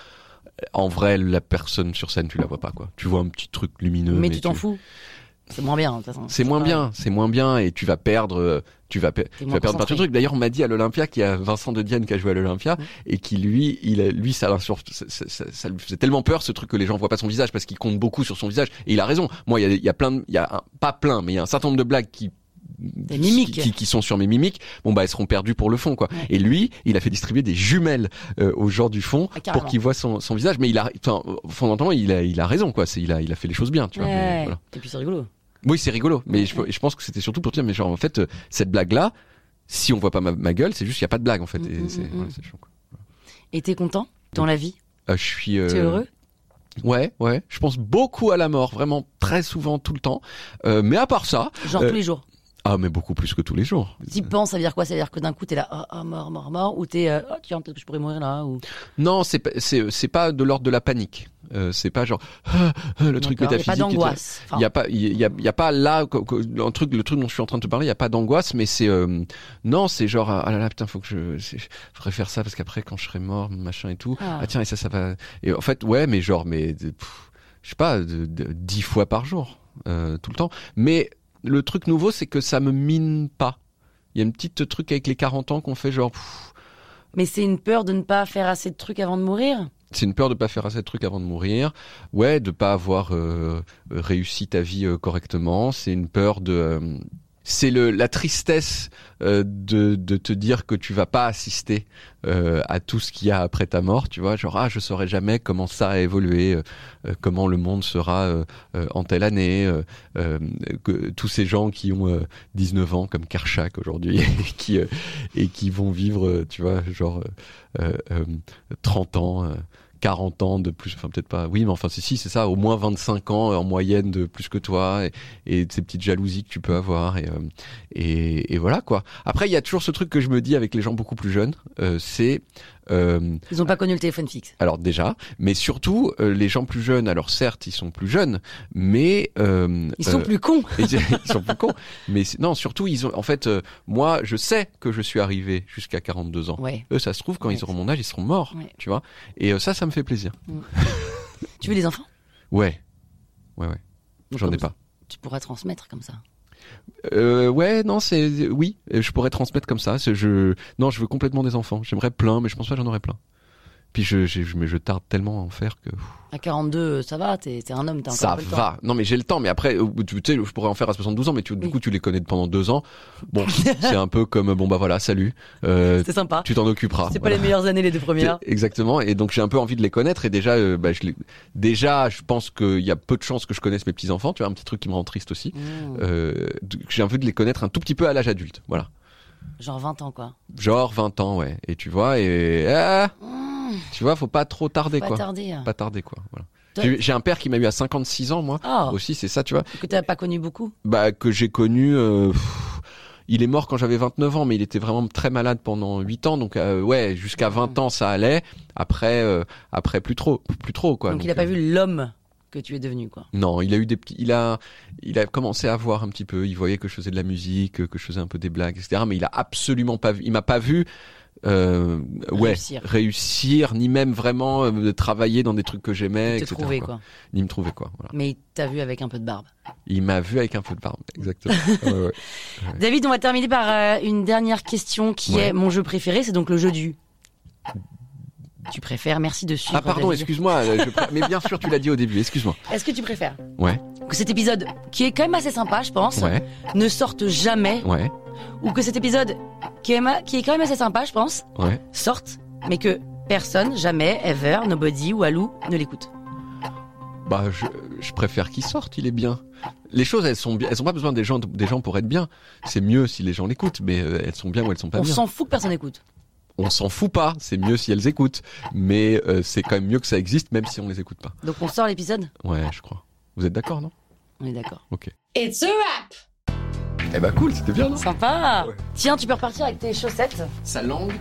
En vrai, la personne sur scène, tu la vois pas, quoi. Tu vois un petit truc lumineux.
Mais tu t'en fous. hein. C'est moins bien, de toute façon.
C'est moins
pas-
bien, c'est moins bien et tu vas perdre, euh, tu vas, per- tu
moins
vas perdre plein de
concentré. Mm.
trucs. D'ailleurs, on m'a dit à l'Olympia qu'il y a Vincent de Dienne qui a joué à l'Olympia et qui lui, il, a- lui, ça, l'a sur- ça, ça- ça- ça lui faisait tellement peur ce truc que les gens voient pas son visage parce qu'il compte beaucoup sur son visage. Et il a raison. Moi, il y a, il y a plein, de- il y a un- pas plein, mais il y a un certain nombre de blagues qui
Des mimiques.
qui, qui sont sur mes mimiques, bon bah elles seront perdues pour le fond quoi. Et lui, il a fait distribuer des jumelles euh, aux gens du fond
Ah, carrément.
pour qu'ils voient son, son visage. Mais il a, enfin, fondamentalement, il a, il a raison quoi. C'est, il a, il a fait les choses bien, tu vois. mais
Ouais.
voilà.
Et puis c'est rigolo.
Oui, c'est rigolo, mais je, je pense que c'était surtout pour dire, mais genre en fait, euh, cette blague-là, si on voit pas ma, ma gueule, c'est juste qu'il y a pas de blague en fait.
Mm,
Et
mm,
c'est,
mm,
ouais,
mm.
c'est chiant, quoi.
Et t'es content dans la vie
Euh, je suis. euh,
T'es heureux
Ouais, ouais. Je pense beaucoup à la mort, vraiment très souvent, tout le temps. Euh, mais à part ça,
Genre
euh,
tous les jours
ah mais beaucoup plus que tous les jours.
T'y penses, ça veut dire quoi Ça veut dire que d'un coup t'es là, oh, oh, mort, mort, mort, ou t'es, euh, oh tiens, peut-être que je pourrais mourir là, ou
Non, c'est pas- c'est c'est pas de l'ordre de la panique. Euh, c'est pas genre ah, ah, le truc
D'accord. Y a
métaphysique.
pas
qui te-
d'angoisse.
Il y a pas, il y a, il y a pas là co- co- un truc, le truc dont je suis en train de te parler, il y a pas d'angoisse, mais c'est euh, non, c'est genre ah là là putain, faut que je, c'est- je ferais faire ça parce qu'après quand je serai mort, machin et tout.
Ah.
Ah, tiens et ça ça va. Et en fait ouais, mais genre mais de- pff, je sais pas, de- de- dix fois par jour, euh, tout le temps. Mais le truc nouveau, c'est que ça me mine pas. Il y a un petit truc avec les 40 ans qu'on fait genre. pff,
Mais c'est une peur de ne pas faire assez de trucs avant de mourir
C'est une peur de pas faire assez de trucs avant de mourir. Ouais, de pas avoir euh, réussi ta vie euh, correctement. C'est une peur de. euh, c'est le la tristesse euh, de, de te dire que tu vas pas assister euh, à tout ce qu'il y a après ta mort. Tu vois, genre ah je saurais jamais comment ça a évolué, euh, euh, comment le monde sera euh, euh, en telle année. euh, euh, que tous ces gens qui ont euh, 19 ans comme Karchak aujourd'hui et qui euh, et qui vont vivre, euh, tu vois, genre euh, euh, 30 ans. euh, 40 ans de plus, enfin peut-être pas, oui, mais enfin si, si, c'est ça, au moins 25 ans en moyenne de plus que toi, et, et ces petites jalousies que tu peux avoir, et, euh, et, et voilà quoi. Après, il y a toujours ce truc que je me dis avec les gens beaucoup plus jeunes, euh, c'est, euh,
Ils ont pas connu le téléphone fixe.
alors déjà, mais surtout, euh, les gens plus jeunes, alors certes, ils sont plus jeunes, mais... euh,
Ils sont
euh,
plus cons
ils ils sont plus cons. Mais c'est- non, surtout, ils ont, en fait, euh, moi, je sais que je suis arrivé jusqu'à 42 ans.
Ouais.
Eux, ça se trouve, quand
Ouais,
ils auront mon âge, ils seront morts,
Ouais.
tu vois. Et euh, ça, ça me fait plaisir.
Tu veux des enfants
Ouais. Ouais, ouais. J'en ai
comme ça,
pas.
Tu pourras transmettre comme ça.
Euh, ouais, non, c'est. Oui, euh, je pourrais transmettre comme ça. c'est- Je... Non, je veux complètement des enfants. J'aimerais plein, mais je pense pas que j'en aurais plein. Puis je, je, je- mais je tarde tellement à en faire que pff,
À 42, ça va, t'es t'es un homme, t'as encore un
ça
peu le temps.
va. Non, mais j'ai le temps. Mais après, euh, tu tu sais, je pourrais en faire à 72 ans, mais tu, du
Oui.
coup, tu les connais pendant deux ans. Bon, c'est un peu comme bon bah voilà, salut. Euh,
C'est sympa.
tu t'en occuperas.
C'est pas
Ah, Voilà.
les hein. meilleures années les deux premières.
Exactement. Et donc j'ai un peu envie de les connaître. Et déjà, euh, bah, je les- déjà, je pense qu'il y a peu de chances que je connaisse mes petits enfants. Tu vois, un petit truc qui me rend triste aussi.
Mmh.
Euh, donc, j'ai envie de les connaître un tout petit peu à l'âge adulte. Voilà.
Genre 20 ans, quoi.
Genre 20 ans, ouais. Et tu vois, et ah,
Mmh,
tu vois, faut pas trop tarder,
pas
quoi.
tarder. hein.
Pas tarder, quoi. Voilà.
Toi-
J'ai- J'ai un père qui m'a eu à 56 ans, moi.
Ah,
Aussi, c'est ça, tu vois.
que t'as pas connu beaucoup.
Bah, que j'ai connu. euh, pff, il est mort quand j'avais 29 ans, mais il était vraiment très malade pendant 8 ans. Donc, euh, ouais, jusqu'à 20 ans, ça allait. Après, euh, après plus trop. Plus trop, quoi.
Donc il a
euh,
pas vu l'homme que tu es devenu, quoi.
Non, il a eu des petits, il a, il a commencé à voir un petit peu. Il voyait que je faisais de la musique, que je faisais un peu des blagues, etc. Mais il a absolument pas vu, il m'a pas vu, euh, ouais,
Réussir.
réussir, ni même vraiment euh, travailler dans des trucs que j'aimais,
Te
etc.,
trouver, quoi.
Ni me trouver, quoi. Voilà.
Mais il t'a vu avec un peu de barbe.
Il m'a vu avec un peu de barbe, exactement. Ouais, ouais.
David, on va terminer par euh, une dernière question qui
Ouais.
est mon jeu préféré, c'est donc le jeu du. Tu préfères, merci de suivre.
Ah pardon,
David.
excuse-moi, euh, je pr- mais bien sûr tu l'as dit au début, excuse-moi.
Est-ce que tu préfères
Ouais,
que cet épisode, qui est quand même assez sympa, je pense,
ouais,
ne sorte jamais,
ouais,
ou que cet épisode, qui est, ma- qui est quand même assez sympa, je pense,
ouais.
sorte, mais que personne, jamais, ever, nobody ou Alou ne l'écoute.
Bah, je, je préfère qu'il sorte, il est bien. Les choses, elles sont bien, elles ont pas besoin des gens, des gens pour être bien. C'est mieux si les gens l'écoutent, mais euh, elles sont bien ou elles sont pas
On
bien.
s'en fout que personne n'écoute.
On s'en fout pas, c'est mieux si elles écoutent, mais euh, c'est quand même mieux que ça existe, même si on les écoute pas.
Donc on sort l'épisode
Ouais, je crois. Vous êtes d'accord, non
On est d'accord.
Ok.
It's a wrap
Eh bah cool, c'était bien, non
Sympa Tiens, tu peux repartir avec tes chaussettes.
Sa langue,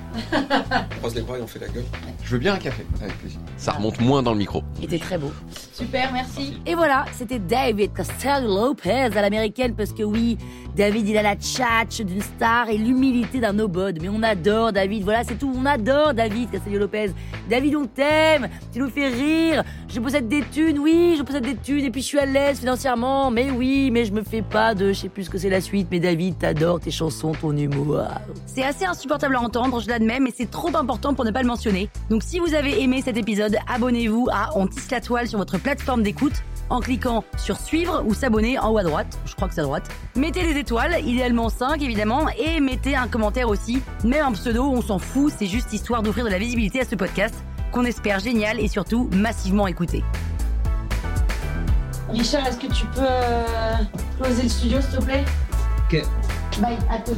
Croise les bras et on fait la gueule.
je veux bien un café. Avec plaisir. Ça remonte moins dans le micro.
Et t'es très beau. Super, merci.
Et voilà, c'était David Costello Lopez à l'américaine parce que oui, David il a la tchatche d'une star et l'humilité d'un obode. Mais on adore David, voilà c'est tout, on adore David Costello Lopez. David on t'aime, tu nous fais rire, je possède des thunes, oui je possède des thunes et puis je suis à l'aise financièrement, mais oui, mais je me fais pas de, je sais plus ce que c'est la suite, mais David t'adore tes chansons, ton humour. C'est assez insupportable à entendre, je l'admets, mais c'est trop important pour ne pas le mentionner. Donc si vous avez aimé cet épisode, abonnez-vous à On Tisse la Toile sur votre plateforme d'écoute en cliquant sur suivre ou s'abonner en haut à droite, je crois que c'est à droite. Mettez des étoiles, idéalement 5 évidemment, et mettez un commentaire aussi, même un pseudo, on s'en fout, c'est juste histoire d'offrir de la visibilité à ce podcast qu'on espère génial et surtout massivement écouté.
Richard, est-ce que tu peux
euh,
closer le studio, s'il te plaît
Ok.
Bye, à toutes.